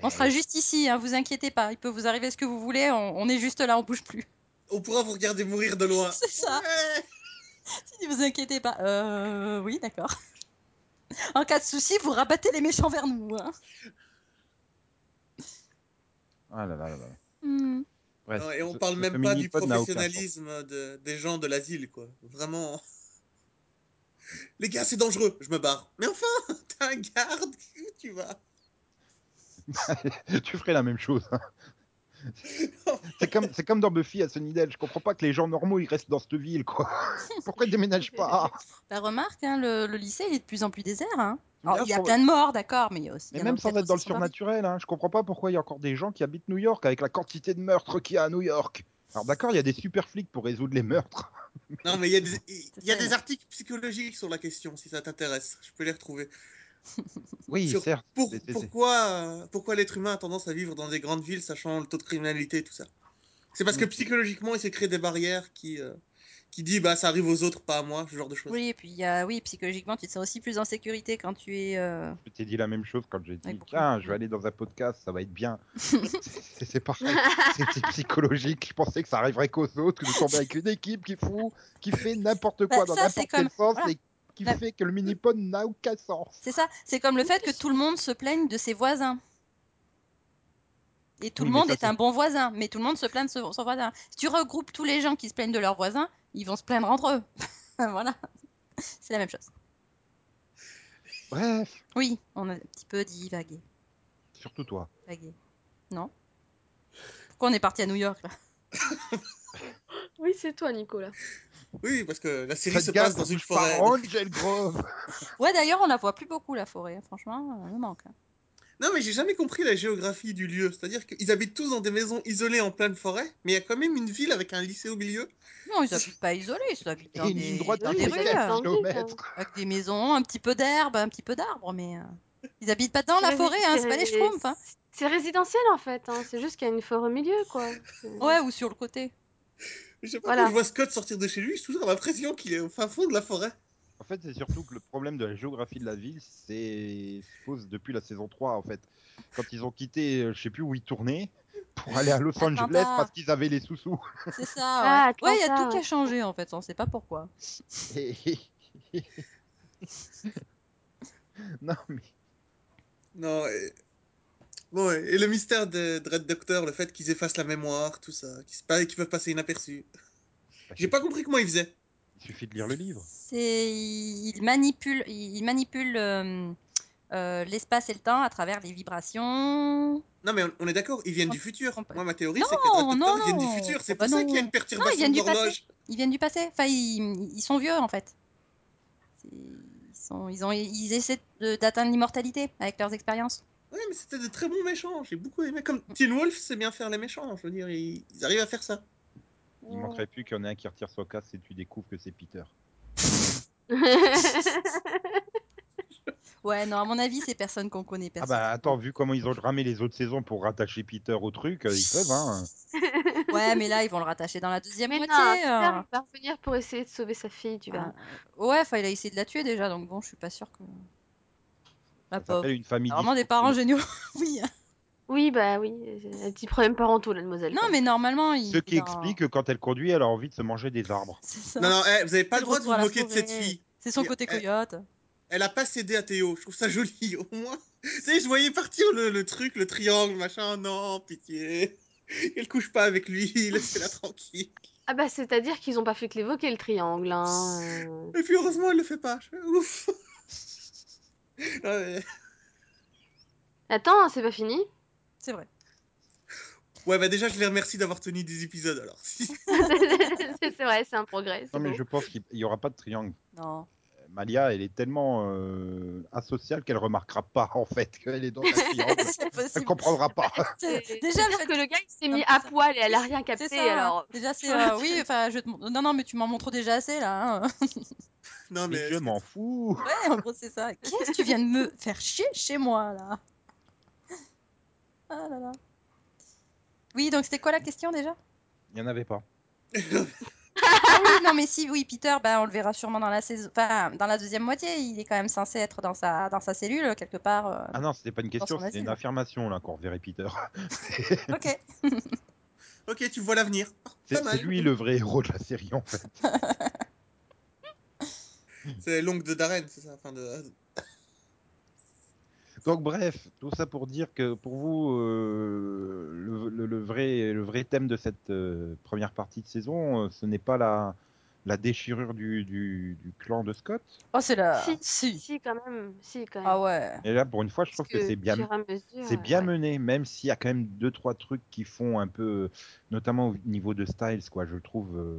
On sera juste ici, hein, vous inquiétez pas, il peut vous arriver ce que vous voulez, on, on est juste là, on bouge plus. (laughs)
On pourra vous regarder mourir de loin.
C'est (laughs) ça.
Ouais.
Il dit, vous inquiétez pas. Euh, oui, d'accord. (laughs) en cas de souci, vous rabattez les méchants vers nous. hein.
Ah là là là là.
Hmm.
Bref,
Non, et on
ce-
parle
ce
même pas du
mini-pod n'a aucun
professionnalisme de- des gens de l'asile, quoi. Vraiment. (laughs) Les gars, c'est dangereux, je me barre. Mais enfin, (laughs) t'as un garde, (laughs) où tu vas
sens. (laughs) tu ferais la même chose. hein.
(laughs)
c'est comme, c'est comme dans Buffy à Sunnydale. Je comprends pas que les gens normaux ils restent dans cette ville,
(laughs)
quoi. Pourquoi ils déménagent pas
Bah remarque, hein, le, le lycée, il est de plus en plus désert. hein.
Bien
Alors, il y a
sûr.
plein de morts, d'accord, mais il y a aussi... il
Mais
y en a
même sans
peut-être
être dans le
aussi sur Paris.
surnaturel, hein, je comprends pas pourquoi il y a encore des gens qui habitent New York avec la quantité de meurtres qu'il y a à New York. Alors d'accord, il y a des super flics pour résoudre les meurtres.
Non, mais il y a, des, il-
C'est
il y a
ça.
des articles psychologiques sur la question, si ça t'intéresse. Je peux les retrouver.
Oui,
Sur-
certes.
Pour-
c'est- c'est- c'est-
pourquoi euh, pourquoi l'être humain a tendance à vivre dans des grandes villes, sachant le taux de criminalité et tout ça C'est parce que
Mm.
psychologiquement, il s'est créé des barrières qui, euh, qui dit bah ça arrive aux autres, pas à moi, ce genre de choses.
Oui, et puis il y a- oui, psychologiquement, tu te sens aussi plus en sécurité quand tu es. euh,
Je t'ai dit la même chose quand j'ai
Ouais,
dit
pourquoi
Tiens, je vais aller dans un podcast, ça va être
(laughs)
bien. C'est c'est pareil, c'était psychologique. Je pensais que ça arriverait qu'aux autres, que de tomber avec une équipe qui fout, qui fait n'importe
Bah,
quoi dans
ça, c'est
n'importe quel
comme-
sens
voilà.
et qui
La-
fait que le mini-pod n'a aucun sens.
C'est ça. C'est comme le fait que tout le monde se plaigne de ses voisins. Et tout
Oui,
le
mais
monde
ça,
est
c'est-
un bon voisin, mais tout le monde se plaint de son son voisin. Si tu regroupes tous les gens qui se plaignent de leurs voisins, ils vont se plaindre entre eux. (laughs) voilà. C'est la même chose.
Bref,
Oui, on a un petit peu divagué.
surtout toi.
vagué. Non Pourquoi on est parti à New York là
Oui, c'est toi, Nicolas.
Oui, parce que la série
Cette
se
gaffe,
passe dans une
bouge pas,
forêt.
Angel Grove.
Ouais, d'ailleurs, on la voit plus beaucoup la forêt. hein. Franchement, elle me manque. hein.
Non, mais j'ai jamais compris la géographie du lieu. C'est-à-dire qu'ils habitent tous dans des maisons isolées en pleine forêt, mais il y a quand même une ville avec un lycée au milieu.
Non, ils habitent pas isolés, ils habitent
Et
dans
une
des,
ligne droite
dans
à
des
oui,
rues.
c'est ça.
4
hein.
km.
km.
Avec des maisons, un petit peu d'herbe, un petit peu d'arbres, mais euh, ils habitent pas dans la
Mais
forêt, hein, c'est pas les
c'est-
schtroumpfs. hein.
C'est résidentiel en fait, hein. c'est juste qu'il y a une forêt au milieu quoi. C'est- (laughs)
Ouais, ou sur le côté.
Je sais pas,
Voilà.
quand je vois Scott sortir de chez lui, j'ai toujours l'impression qu'il est au fin fond de la forêt.
En fait, c'est surtout que le problème de la géographie de la ville, c'est se pose depuis la saison 3, en fait. Quand ils ont quitté, euh, je sais plus où ils tournaient, pour aller à Los
Atlanta.
Angeles parce qu'ils avaient les sous-sous. (laughs)
C'est
(laughs) Ah,
ça, ouais.
Atlanta,
ouais, il y a tout
ouais.
qui a changé en fait, on sait pas pourquoi.
Et- non, mais
Non, et- Bon, ouais, et le mystère de Dread Doctor, le fait qu'ils effacent la mémoire, tout ça, qu'ils se pa- qu'ils peuvent passer inaperçus. J'ai pas compris comment ils faisaient.
Il suffit de lire le livre.
C'est il manipule, il manipule euh, euh, l'espace et le temps à travers les vibrations.
Non, mais on, on est d'accord, ils viennent du futur.
Compl-
Moi, ma théorie,
Non,
c'est que les Dread Doctors
non,
viennent du
non.
futur. C'est
Oh, bah
pour ça
non.
qu'il y a une
Non, ils
perturbation
viennent
de
du
l'horloge.
Ils viennent du passé. Enfin, ils, ils sont vieux en fait. C'est- Ils, sont, ils, ont, ils essaient de- d'atteindre l'immortalité avec leurs expériences.
Ouais, mais c'était de très bons méchants. J'ai beaucoup aimé. Comme Teen Wolf sait bien faire les méchants. Je veux dire, ils, ils arrivent à faire ça.
Il manquerait plus qu'il y en ait un qui retire son casque et tu découvres que c'est Peter. Ah
Ouais, non, à mon avis, c'est personne qu'on connaît.
Ah
Personne.
bah attends, vu comment ils ont ramé les autres saisons pour rattacher Peter au truc, euh, ils peuvent, hein.
Ouais, mais là, ils vont le rattacher dans la deuxième
Mais non,
moitié.
Peter,
euh.
il va revenir pour essayer de sauver sa fille, tu
Ah,
verras.
ouais, enfin, il a essayé de la tuer déjà, donc bon, je suis pas sûre que.
Ça
La Ah, pauvre.
s'appelle une famille
T'as Vraiment des parents
dysfonctionnelle.
géniaux. (laughs) oui. hein.
Oui, bah oui, elle dit problème parentaux, la demoiselle.
Non,
quoi.
mais normalement, il.
Ce qui
est dans-
explique que quand elle conduit, elle a envie de se manger des arbres.
C'est ça.
Non, non, eh, vous avez pas
C'est
le droit de
retour
vous
à la
moquer de cette
forêt.
fille.
C'est son
Et-
côté
eh,
coyote.
Elle a pas cédé à Théo, je trouve ça (laughs) joli, au moins. Tu sais, je voyais partir le, le truc, le triangle, machin, non, pitié. Elle couche pas avec lui, (laughs) laissez-la tranquille.
Ah bah c'est-à-dire qu'ils ont pas fait que l'évoquer le triangle. Hein. euh.
Et puis heureusement, elle le fait pas. Je fais, Ouf. (laughs) Ouais,
Attends, c'est pas fini. (laughs)
C'est vrai.
Ouais, bah déjà, je les remercie d'avoir tenu des épisodes, alors. (laughs)
c'est vrai, c'est un progrès. c'est
Non mais
bon.
je pense qu'il n'y aura pas de triangle.
(laughs)
Non.
Malia, elle est tellement euh, asociale qu'elle remarquera pas en fait qu'elle est dans un triangle.
c'est
elle
possible.
comprendra pas.
C'est- Déjà,
C'est-
le
c'est-à-dire
fait
que le gars il s'est
comme
mis
ça.
à poil et elle a rien
C'est
capté.
ça.
Alors
Déjà,
(laughs)
c'est. euh, oui, enfin, je te mon- Non, non, mais tu m'en montres déjà assez, là. hein. (laughs)
Non,
Mais
mais.
je m'en fous.
Ouais, en gros, c'est ça. Qu'est-ce que tu viens de me faire chier chez moi, là Ah là là. Oui, donc c'était quoi la question déjà
Il n'y en avait pas.
Ah oui, non, mais si, oui, Peter, ben, on le verra sûrement dans la saison. Enfin, dans la deuxième moitié, il est quand même censé être dans sa, dans sa cellule, quelque part. euh.
Ah non, c'était pas une question,
son
c'était une
asile.
affirmation là qu'on reverrait Peter.
Ok.
Ok, tu vois l'avenir.
C'est
Pas
(laughs)
mal.
c'est lui le vrai héros de la série en fait.
C'est l'oncle de Darren, c'est ça. Enfin, de...
Donc bref, tout ça pour dire que pour vous, euh, le, le- le vrai, le vrai thème de cette euh, première partie de saison, euh, ce n'est pas la, la déchirure du, du- du clan de Scott.
Oh, c'est là.
Si.
si.
si quand même, si quand même.
Ah ouais.
Et là, pour une fois, je
Parce
trouve que, c'est bien,
au fur et à mesure, euh,
c'est bien
ouais.
mené, même s'il y a quand même deux trois trucs qui font un peu, notamment au niveau de Styles, quoi. Je le trouve. euh,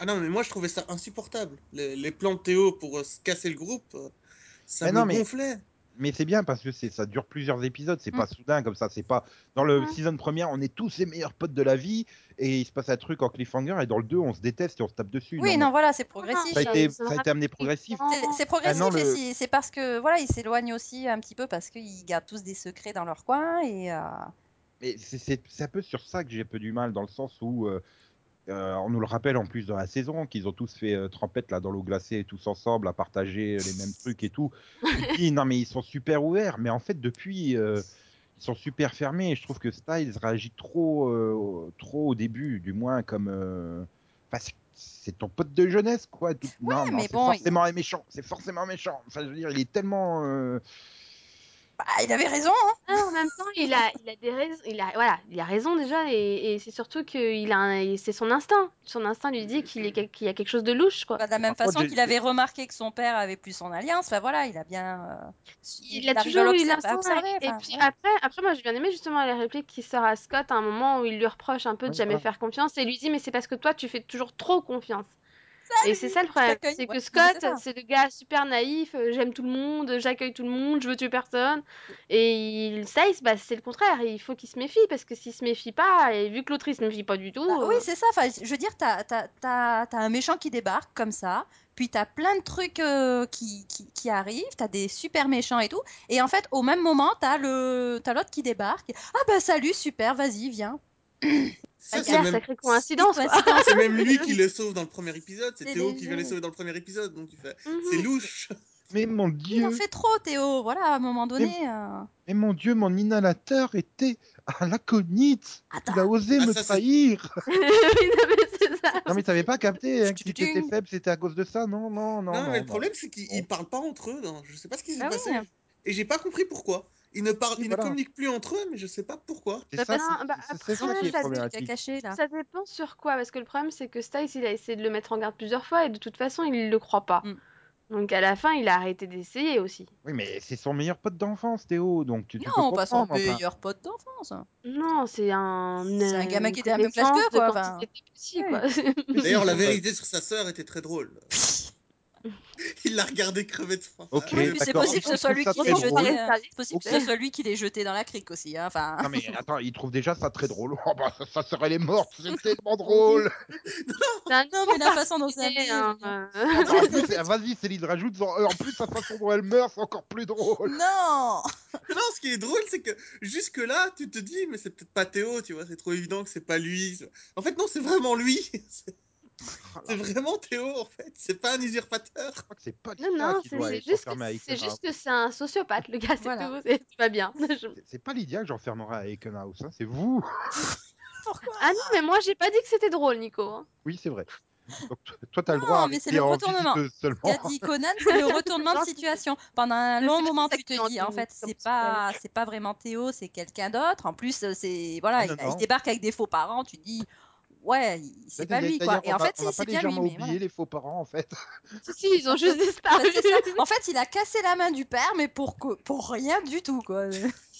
Ah non, mais moi, je trouvais ça insupportable. Les, les plans de Théo pour euh, se casser le groupe, euh, ça
Mais
me
non, mais-
gonflait.
Mais c'est bien parce que c'est ça dure plusieurs épisodes, c'est
Mm.
pas soudain comme ça, c'est pas dans le
Mm.
season première, on est tous les meilleurs potes de la vie et il se passe un truc en cliffhanger et dans le 2 on se déteste et on se tape dessus.
Oui,
mais
non, voilà, c'est progressif.
ça a
ça-
été,
ça
ça a été
raconte
amené progressif.
C'est- C'est progressif
Ah non,
et
le-
c'est- c'est parce que voilà, ils s'éloignent aussi un petit peu parce qu'ils gardent tous des secrets dans leur coin et euh,
Mais c'est- c'est c'est un peu sur ça que j'ai un peu du mal dans le sens où euh, euh, on nous le rappelle en plus dans la saison qu'ils ont tous fait euh, trempette là dans l'eau glacée tous ensemble à partager euh, les
(laughs)
mêmes trucs et tout. Tu te dis, non mais ils sont super ouverts, mais en fait depuis euh, ils sont super fermés. Et je trouve que Styles réagit trop euh, trop au début, du moins comme euh, parce que c'est ton pote de jeunesse quoi. Tout- non, non,
mais
c'est
bon,
forcément un méchant, c'est forcément un méchant. Enfin je veux dire, il est tellement euh,
bah, il avait raison. hein.
Ah, en même temps, il a, il a des raisons. Il a, voilà, il a raison déjà, et, et c'est surtout que il a, un- c'est son instinct. Son instinct lui dit qu'il est quel- qu'il y a quelque chose de louche, quoi.
Bah, de la même
Par contre,
façon
j'ai-
qu'il avait remarqué que son père avait plus son alliance. Enfin voilà, il a bien. euh,
Il a
arrive à
toujours eu
l'obser- à
l'instinct.
observer,
Et
enfin,
puis
voilà.
après, après, moi, j'ai bien aimé justement la réplique qui sort à Scott à un moment où il lui reproche un peu de
Oui,
jamais
voilà.
faire confiance, et lui dit mais c'est parce que toi, tu fais toujours trop confiance. Et c'est ça le problème,
t'accueille.
c'est
Ouais,
que
non, mais c'est
Scott,
ça.
c'est le gars super naïf, euh, j'aime tout le monde, j'accueille tout le monde, je veux tuer personne. Et il, Stiles, bah, c'est le contraire, il faut qu'il se méfie parce que s'il se méfie pas, et vu que l'autre il se méfie pas du tout,
Bah oui,
euh,
c'est ça. Enfin, je veux dire, t'as as, un méchant qui débarque comme ça, puis t'as plein de trucs euh, qui, qui, qui arrivent, t'as des super méchants et tout. Et en fait, au même moment, t'as le- t'as l'autre qui débarque. Ah bah salut, super, vas-y, viens.
Ça,
c'est
c'est
une
même...
sacrée coïncidence. quoi.
Coïncidence.
c'est
(laughs)
même lui qui le sauve dans le premier épisode. C'est
C'est
Théo
des
qui vient le
jeux.
sauver dans le premier épisode. Donc, tu fais. C'est
Mhm.
louche.
mais mon
Il en
dieu,
fait trop, Théo. Voilà, à un moment donné. euh,
mais mon dieu, mon inhalateur était à l'aconite.
Attends.
Il a osé
Ah,
me
ça, c'est-
trahir.
(laughs)
(laughs)
Oui, non, mais c'est ça.
Non, mais t'avais pas capté hein, que si
Tudung.
t'étais faible, c'était à cause de ça Non, non, non.
Non,
non,
mais le
non.
problème, c'est qu'ils
Bon.
ils parlent pas entre eux. non. Je sais pas ce qui s'est
Bah oui.
passé. Et j'ai pas compris pourquoi. Ils ne parlent,
Oui,
ils
voilà.
ne communiquent plus entre eux, mais je sais pas pourquoi.
C'est
Bah,
ça,
parce-
c'est-
Non, bah,
c'est- c'est ça
après,
qui est
ça-
Qui a
problématique.
Ah, caché là.
Ça dépend sur quoi, parce que le problème c'est que Styles il a essayé de le mettre en garde plusieurs fois et de toute façon il le croit pas.
Mm.
Donc à la fin il a arrêté d'essayer aussi.
Oui, mais c'est son meilleur pote d'enfance, Théo, donc tu, tu peux
Non, pas son
comprendre, enfin.
meilleur pote d'enfance. hein.
Non, c'est un.
C'est un
euh,
gamin
une
qui était à la même classe
connaissance
que, quoi,
de quand
enfin.
il était petit,
Ouais.
quoi.
Oui,
D'ailleurs,
si, (laughs)
la
c'est-
vérité sur sa sœur était
(laughs)
très drôle. Il l'a regardé crever de froid. Ah,
Ok,
Oui, puis c'est
d'accord.
possible que ce
Je
soit
trouve
lui
(laughs)
ça
qui
très
l'ait
drôle.
jeté. euh, C'est possible que
Ok.
ce soit lui qui l'ait jeté dans la crique aussi. hein, Enfin,
Non mais attends, il trouve déjà ça très drôle. Oh bah ça, ça serait les morts,
(laughs)
c'est tellement drôle.
non, mais la façon dont (laughs) c'est habillé, je veux dire.
euh,
Ah bah, en plus,
(laughs)
vas-y Céline, rajoute en, en plus la façon dont elle meurt, c'est encore plus drôle.
Non
Mais non, ce qui est drôle, c'est que jusque-là, tu te dis, mais c'est peut-être pas Théo, tu vois, c'est trop évident que c'est pas lui. En fait, non, c'est vraiment lui. (laughs) C'est
Oh
c'est
là,
vraiment Théo, en fait. C'est pas un usurpateur.
je crois que c'est pas
Non,
Lydia
non,
qui
c'est
doit
c'est
être
juste,
enfermée
que-
avec
c'est
Ekenhouse.
hein.
juste que c'est un sociopathe, le gars, c'est
Voilà.
tout, c'est c'est pas bien. (laughs) Je-
C'est- C'est pas Lydia que j'enfermerai à Ekenhouse, hein, c'est vous.
Pourquoi
Ah non, mais moi j'ai pas dit que c'était drôle, Nico.
(laughs)
hein.
Oui c'est vrai. Donc t- toi t'as le
Non,
droit à
mais c'est
rester
le
en
retournement.
visiteuse
Qu'a
seulement.
dit Conan, c'est le retournement de
Non, c'est-
situation. Pendant un
Le
long
fait
moment,
c'est
tu
que
te dis, en
dans-
fait,
dans-
c'est pas, c'est pas vraiment Théo, c'est quelqu'un d'autre. En plus, euh, c'est voilà,
Ah,
il,
non,
a- il
non.
débarque avec des faux parents. Tu dis, ouais, il- c'est pas lui
D'ailleurs,
quoi. Et
on
en
va-
fait,
on n'a
si,
pas
c'est bien lui,
légèrement
mais
oublié
voilà.
les faux parents en fait.
Si, si, ils ont juste
Bah,
disparu. (laughs)
c'est ça. En fait, il a cassé la main du père, mais pour co- pour rien du tout
(laughs)
quoi.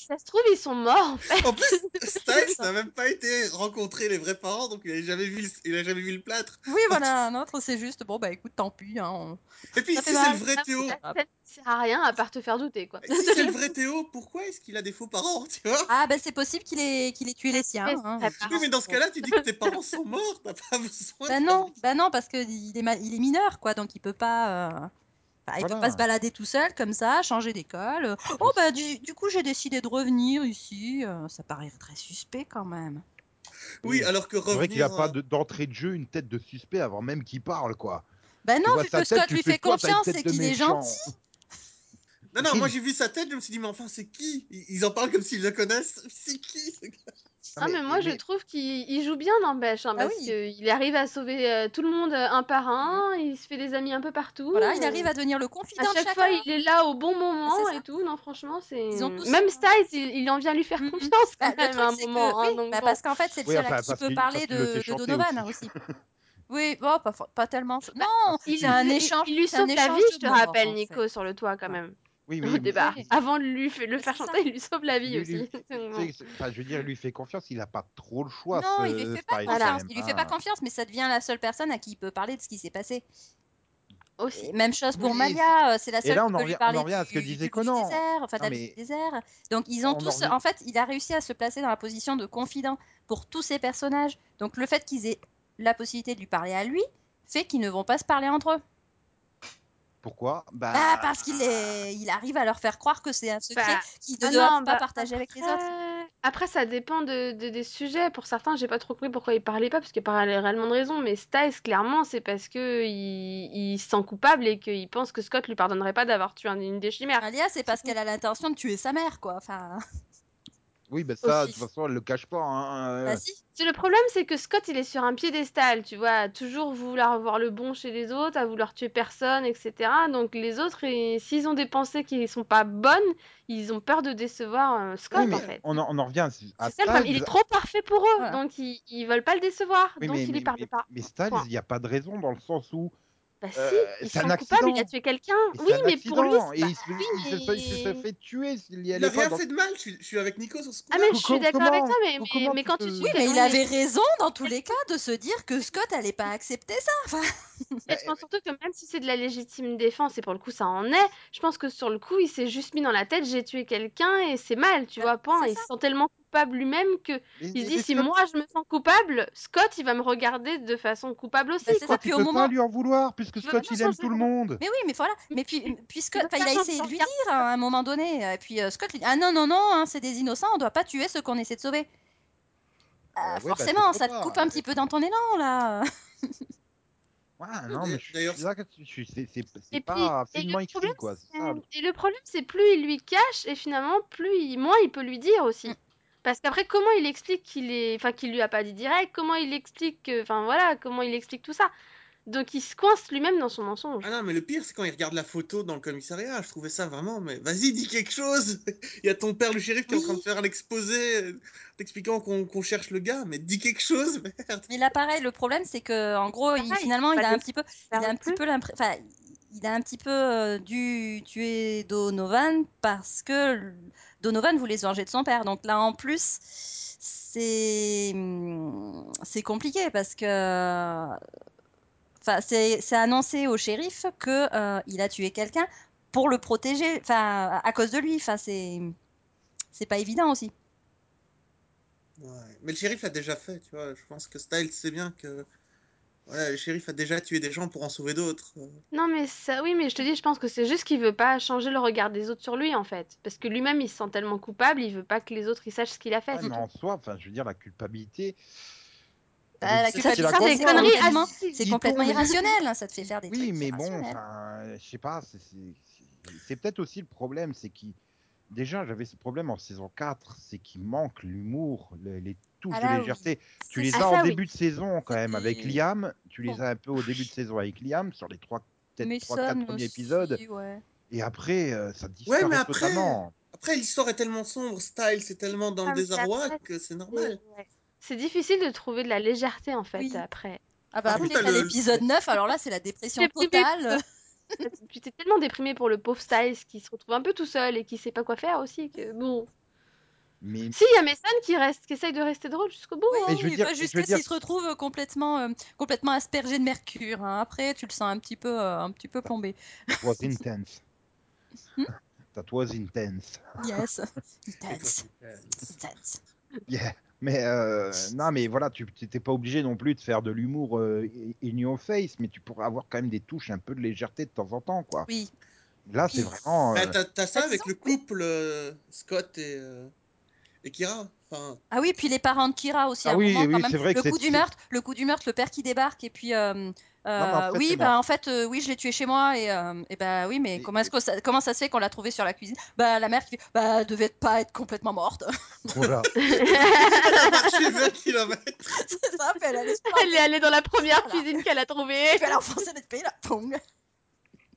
Ça se trouve, ils sont morts. en fait.
En plus, Styles n'a même pas été rencontrer les vrais parents, donc il a jamais vu le, il a jamais vu le plâtre.
Oui, voilà, un autre, c'est juste bon bah écoute, tant pis. hein, on-
Et puis,
Ça
si
fait
c'est
mal.
le vrai Théo,
La scène Ah, sert à rien à part te faire douter, quoi.
si c'est le vrai Théo, pourquoi est-ce qu'il a des faux parents, tu vois
Ah ben c'est possible qu'il ait qu'il ait tué les siens.
Mais
hein.
c'est très
Oui, mais dans ce cas-là, tu dis que tes parents sont morts, t'as pas besoin.
Bah
de-
non, bah non, parce qu'il est, ma- il est mineur, quoi, donc il peut pas, euh, enfin, il peut
Voilà.
pas se balader tout seul comme ça, changer d'école. Oh bah du, du coup j'ai décidé de revenir ici. euh, ça paraît très suspect quand même.
Oui, alors que
C'est
revenir.
vrai qu'il a pas
euh,
de- d'entrée de jeu une tête de suspect avant même qu'il parle quoi.
Bah
Tu
non,
vois
vu
sa
que
tête,
Scott
tu
lui
fais,
fait
toi, t'as une
confiance
tête
et
de
qu'il est
méchant.
gentil.
Non, non, moi j'ai vu sa tête, je me suis dit, mais enfin, c'est qui Ils ils en parlent comme s'ils le connaissent. C'est qui ce gars
Non,
Ah, mais moi, je trouve qu'il il joue bien dans Bêche, hein,
Ah
parce
oui. Mmh.
qu'il arrive à sauver euh, tout le monde euh, un par un, il se fait des amis un peu partout.
Voilà, il
euh,
arrive à devenir le
à
confident de
chaque
chacun.
fois, il est là au bon moment
C'est ça.
et tout. Non, franchement, c'est.
Ils ont tous-
Même Styles, il, il en vient lui faire
Mm, mm.
confiance
Bah,
quand
le
même
truc
à un
c'est que
moment. hein,
oui,
donc
bah,
bon.
parce qu'en fait c'est le
Oui,
seul
enfin,
à qui
parce
peut
qu'il-
parler
parce qu'il le
de,
fait
de
chanter
Donovan hein,
(laughs)
aussi.
aussi.
Oui, oh, pas, for- pas tellement.
Bah,
Non,
si.
Il,
c'est un
il-
échange.
il lui
c'est un
sauve la vie,
échange
je
de
te
morts,
rappelle,
en
Nico,
fait.
sur le toit quand
Voilà.
même.
Oui,
Au
oui, mais
départ.
Oui.
Avant de lui f- le
C'est
faire
ça.
chanter, il lui sauve la vie
lui, lui,
aussi. (laughs)
tu
Donc bon.
sais, c'est- enfin, je veux dire, il lui fait confiance, il a pas trop le choix.
Non,
ce-
il lui fait pas
Styles, quand
confiance.
Voilà.
même,
Il lui fait pas
hein.
confiance, mais ça devient la seule personne à qui il peut parler de ce qui s'est passé. Et
Aussi.
même chose pour
Oui,
Malia, euh, c'est la
Et
seule
là,
qui
on en
peut lui
revient, on
parler
en revient à ce que
du,
disait
du bruit du
Conan.
désert, enfin de
Non,
la vie du
mais
désert. Donc ils ont
On en
tous,
revient-
en fait, il a réussi à se placer dans la position de confident pour tous ces personnages. Donc le fait qu'ils aient la possibilité de lui parler à lui fait qu'ils ne vont pas se parler entre eux.
pourquoi bah,
Bah, parce qu'il est, il arrive à leur faire croire que c'est un secret
Bah,
qu'ils ne
Ah
doivent
non,
pas
bah,
partager avec les autres.
après- Après, ça dépend de, de- des sujets. Pour certains, j'ai pas trop compris pourquoi ils parlaient pas, parce qu'il parlait réellement de raison. Mais Styles, clairement, c'est parce que il, il se sent coupable et qu'il pense que Scott lui pardonnerait pas d'avoir tué un- une des chimères.
Malia, c'est parce qu'elle a l'intention de tuer sa mère, quoi. Enfin,
oui, bah ça, de
aussi.
toute façon, elle le cache pas. hein, euh,
bah si.
C'est le problème, c'est que Scott, il est sur un piédestal, tu vois, à toujours vouloir voir le bon chez les autres, à vouloir tuer personne, etc. Donc les autres, et- s'ils ont des pensées qui sont pas bonnes, ils ont peur de décevoir euh, Scott,
Oui, mais
en fait.
on en, on en revient à, à
C'est ça le problème. Il
Styles.
est trop parfait pour eux,
Voilà.
donc ils, ils veulent pas le décevoir,
Oui,
donc
mais,
il lui
mais,
parle
mais-
pas.
mais Styles,
Point.
il n'y a pas de raison dans le sens où
Bah si,
euh,
il se
c'est un
sent coupable, il a
accident.
tué quelqu'un.
Et
Oui,
c'est un
mais pour lui,
accident. Et
c'est pas...
il se,
Oui,
il se, il se
mais...
fait tuer s'il y
Il a
allait pas.
rien
Dans...
fait de mal, je suis, je suis avec Nico sur ce
Ah
coup-là.
mais
Co-
je suis
co-
d'accord
comment-
avec toi, mais,
co-
mais,
comment
mais
tu
quand
te-
tu tues...
Oui, mais
oui,
il
mais-
avait raison dans tous les cas de se dire que Scott allait pas accepter ça. Enfin,
mais
Eh,
je pense surtout que même si c'est de la légitime défense, et pour le coup ça en est, je pense que sur le coup il s'est juste mis dans la tête j'ai tué quelqu'un et c'est mal, tu
Bah,
vois, point.
c'est
Il se sent tellement coupable lui-même que
Mais-
il se
mais-
dit
mais
si
Scott-
moi je me sens coupable, Scott il va me regarder de façon coupable aussi,
Bah, c'est ça.
quoi.
Scott,
Puis
il
au
peut
moment-
pas lui en vouloir, puisque
Tu veux
Scott,
pas
il aime
changer
tout le monde.
Mais oui, mais voilà. Mais puis, puis
Tu
Scott,
veux
enfin,
pas
il a
changer
essayé
ton
de lui
regard.
dire à un moment donné. Et puis euh, Scott lui dit Ah non, non, non, hein, c'est des innocents, on doit pas tuer ceux qu'on essaie de sauver.
Euh, ouais,
Ah,
bah, c'est
forcément,
trop
ça te
tard.
coupe un petit peu dans ton élan,
(laughs)
là.
Ouais,
Oui,
non, mais
d'ailleurs-
je suis
d'ailleurs,
là que tu- je suis- c'est- c'est-
Et
c'est
puis,
pas
et
finement
le problème,
écrit, quoi. C'est ça. le-
c'est- Mm. et le problème, c'est plus il lui cache, et finalement, plus il, moins il peut lui dire aussi.
Mm.
Parce qu'après, comment il explique qu'il est, enfin, qu'il lui a pas dit direct, comment il explique, que- enfin voilà, comment il explique tout ça. Donc il se coince lui-même dans son mensonge.
Ah non, mais le pire, c'est quand il regarde la photo dans le commissariat. Je trouvais ça vraiment, mais vas-y, dis quelque chose. (laughs) Il y a ton père, le shérif, qui est en train de faire l'exposé, euh, t'expliquant qu'on qu'on cherche le gars. Mais dis quelque chose, (laughs) merde.
Mais là, pareil, le problème, c'est que en gros, il-
Pareil,
finalement, il
pas
a un
de
petit peu, il a un petit peu l'impré- enfin, il a un petit peu euh, dû tuer Donovan parce que l- Donovan voulait se venger de son père. Donc là, en plus, c'est hum, c'est compliqué parce que, enfin, c'est c'est annoncé au shérif que euh, il a tué quelqu'un pour le protéger, enfin, à à cause de lui. Enfin, c'est c'est pas évident aussi.
Ouais. Mais le shérif l'a déjà fait, tu vois. Je pense que Styles sait bien que voilà, le shérif a déjà tué des gens pour en sauver d'autres. Euh,
Non mais ça, oui, mais je te dis, je pense que c'est juste qu'il veut pas changer le regard des autres sur lui en fait, parce que lui-même il se sent tellement coupable, il veut pas que les autres ils sachent ce qu'il a fait.
Ouais,
Bah, c'est
mais
tout.
en soi, enfin, je veux dire, la culpabilité.
Bah,
elle
la
est- c'est la
culpabilité, c'est
grosse
connerie,
loi, hein.
complètement-
ah, si,
C'est
Dit-on.
complètement irrationnel, hein, ça te fait faire des
Oui,
trucs
mais bon,
irrationnels.
enfin, je sais pas, c'est- c'est c'est- c'est peut-être aussi le problème, c'est qu'il. Déjà, j'avais ce problème en saison 4, c'est qu'il manque l'humour, les, les touches
Ah là,
de
oui.
légèreté. Tu
C'est-
les
Ah,
as en
ça, oui. Oh.
début de saison quand même avec
C'était-
Liam, tu les
Bon.
as un peu au début de saison avec Liam sur les trois peut-être trois
Mason
quatre premiers
aussi,
épisodes
ouais.
et après euh, ça disparaît
mais après- euh,
totalement.
Après, l'histoire est tellement sombre, Styles est tellement dans
Ah,
le
mais
désarroi
après,
que c'est normal.
Ouais. C'est difficile de trouver de la légèreté en fait
Oui.
après.
Ah bah
Par
après,
contre,
t'as
le-
l'épisode 9, alors là, c'est la dépression
Déprimé.
totale.
tu t'es tellement déprimé pour le pauvre Styles qui se retrouve un peu tout seul et qui sait pas quoi faire aussi que bon.
(laughs)
Mais
Si il y a Mason qui reste, qui essaye de rester drôle jusqu'au bout. hein.
Mais je veux
(laughs) Oui,
dire-
pas
je veux
jusqu'à ce
dire-
qu'il se retrouve complètement, euh, complètement aspergé de mercure. hein. Après, tu le sens un petit peu, euh, un petit peu plombé.
that was intense.
Hmm?
(laughs) that was intense. (laughs)
Yes, intense, intense.
Yeah. Mais euh, non, mais voilà, tu n'étais pas obligé non plus de faire de l'humour euh, in your face, mais tu pourrais avoir quand même des touches un peu de légèreté de temps en temps, quoi.
Oui,
Là, c'est
Oui.
vraiment. euh,
Bah, t'as, t'as ça
Bah,
avec
disons
le
que- oui.
couple euh, Scott et, euh, et Kira. Enfin, (laughs)
ah oui, puis les parents de Kira aussi.
Ah
à un
oui,
moment,
oui,
quand
c'est
même.
vrai que
le coup
c'est-
du meurtre, le coup du meurtre, le père qui débarque et puis euh, euh,
fait, c'est
oui,
mort.
bah en fait, euh, oui, je l'ai tué chez moi et, euh, et bah oui, mais
Et-
comment est-ce que ça, comment ça se fait qu'on l'a trouvé sur la cuisine Bah la mère qui fait, bah elle devait pas être complètement morte. (laughs)
Voilà.
elle a marché 20 km.
C'est ça, puis elle allait se
Elle est allée dans la première
Voilà.
cuisine qu'elle a trouvée.
Elle a enfoncé notre pays là. Poum.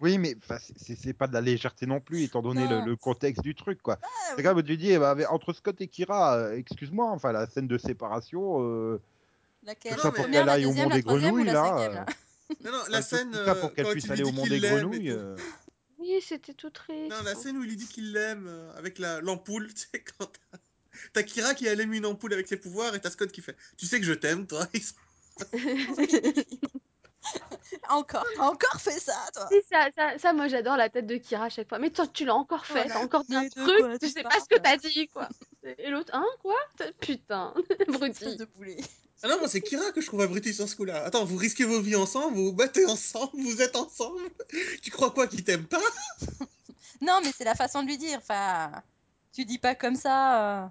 Oui, mais enfin, c'est- c'est c'est pas de la légèreté non plus, étant donné le,
Non.
le contexte du truc, quoi.
Ah,
C'est comme tu dis, eh ben, avec- entre Scott et Kira, euh, excuse-moi, enfin, la scène de séparation, euh,
Laquelle
tout ça
mais-
pour
Première,
qu'elle
la
aille au
deuxième,
monde
la
des
troisième ou
grenouilles,
la
là.
cinquième,
euh,
là
Non, non, la
enfin, tout-
scène.
tout ça
euh,
pour qu'elle
quand
puisse
tu lui
aller
dis
au monde
qu'il
des
l'aime et
grenouilles.
tout.
euh,
(laughs) Oui, c'était tout triste.
bah,
Non, la scène où il lui dit qu'il l'aime euh, avec la, l'ampoule, (laughs) tu sais, quand t'as, t'as Kira qui allume une ampoule avec ses pouvoirs et t'as Scott qui fait Tu sais que je t'aime, toi. (laughs) Ils sont-
(laughs) Encore, t'as encore fait ça, toi
Si, ça, ça, ça, moi j'adore la tête de Kira à chaque fois. Mais toi, tu l'as encore fait,
Voilà.
t'as encore dit un
Mais de
truc,
quoi
je
tu
sais pas
parles
ce que t'as dit, quoi. Et l'autre, hein, quoi T'as- (laughs) Putain,
Espèce
abruti.
de boulet.
Ah non, moi, c'est Kira que je trouve abruti sur ce coup-là. Attends, vous risquez vos vies ensemble, vous vous battez ensemble, vous êtes ensemble. (laughs) Tu crois quoi qu'il t'aime pas
Non, mais c'est la façon de lui dire. Enfin, tu dis pas comme ça, euh,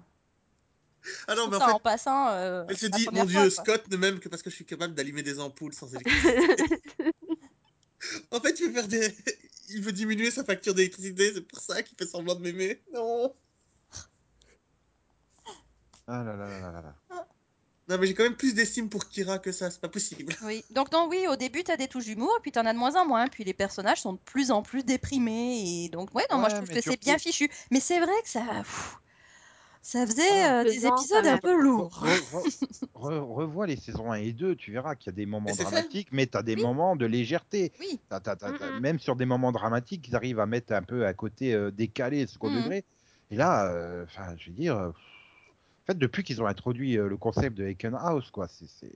Ah non,
tout
mais en
ça
fait,
en passant. euh,
Elle se
la
dit,
première
mon dieu,
fois, quoi.
Scott ne m'aime que parce que je suis capable d'allumer des ampoules sans électricité.
(laughs)
en fait, il veut faire des... (laughs) Il veut diminuer sa facture d'électricité, c'est pour ça qu'il fait semblant de m'aimer. Non
Ah là là là là là là.
Non, mais j'ai quand même plus d'estime pour Kira que ça, c'est pas possible.
Oui. Donc non, oui, au début, t'as des touches d'humour, puis t'en as de moins en moins, puis les personnages sont de plus en plus déprimés, et donc ouais, non, moi je
Ouais,
trouve
mais
que
surtout-
c'est bien fichu. Mais c'est vrai que ça, pff, ça faisait
Ah,
euh, des
pesant, quand
épisodes un
même.
peu lourds.
Re- re- re- revois les saisons 1 et 2, tu verras qu'il y a des moments
Mais c'est fait.
dramatiques, mais tu as des
Oui.
moments de légèreté.
Oui.
T'as- t'as- t'as- t'as-
Mm, mm.
Même sur des moments dramatiques, ils arrivent à mettre un peu à côté euh, décalé, second
Mhm.
degré. Et là, euh, enfin, je veux dire, euh, en fait, depuis qu'ils ont introduit euh, le concept de Hacken House, quoi, c'est- c'est.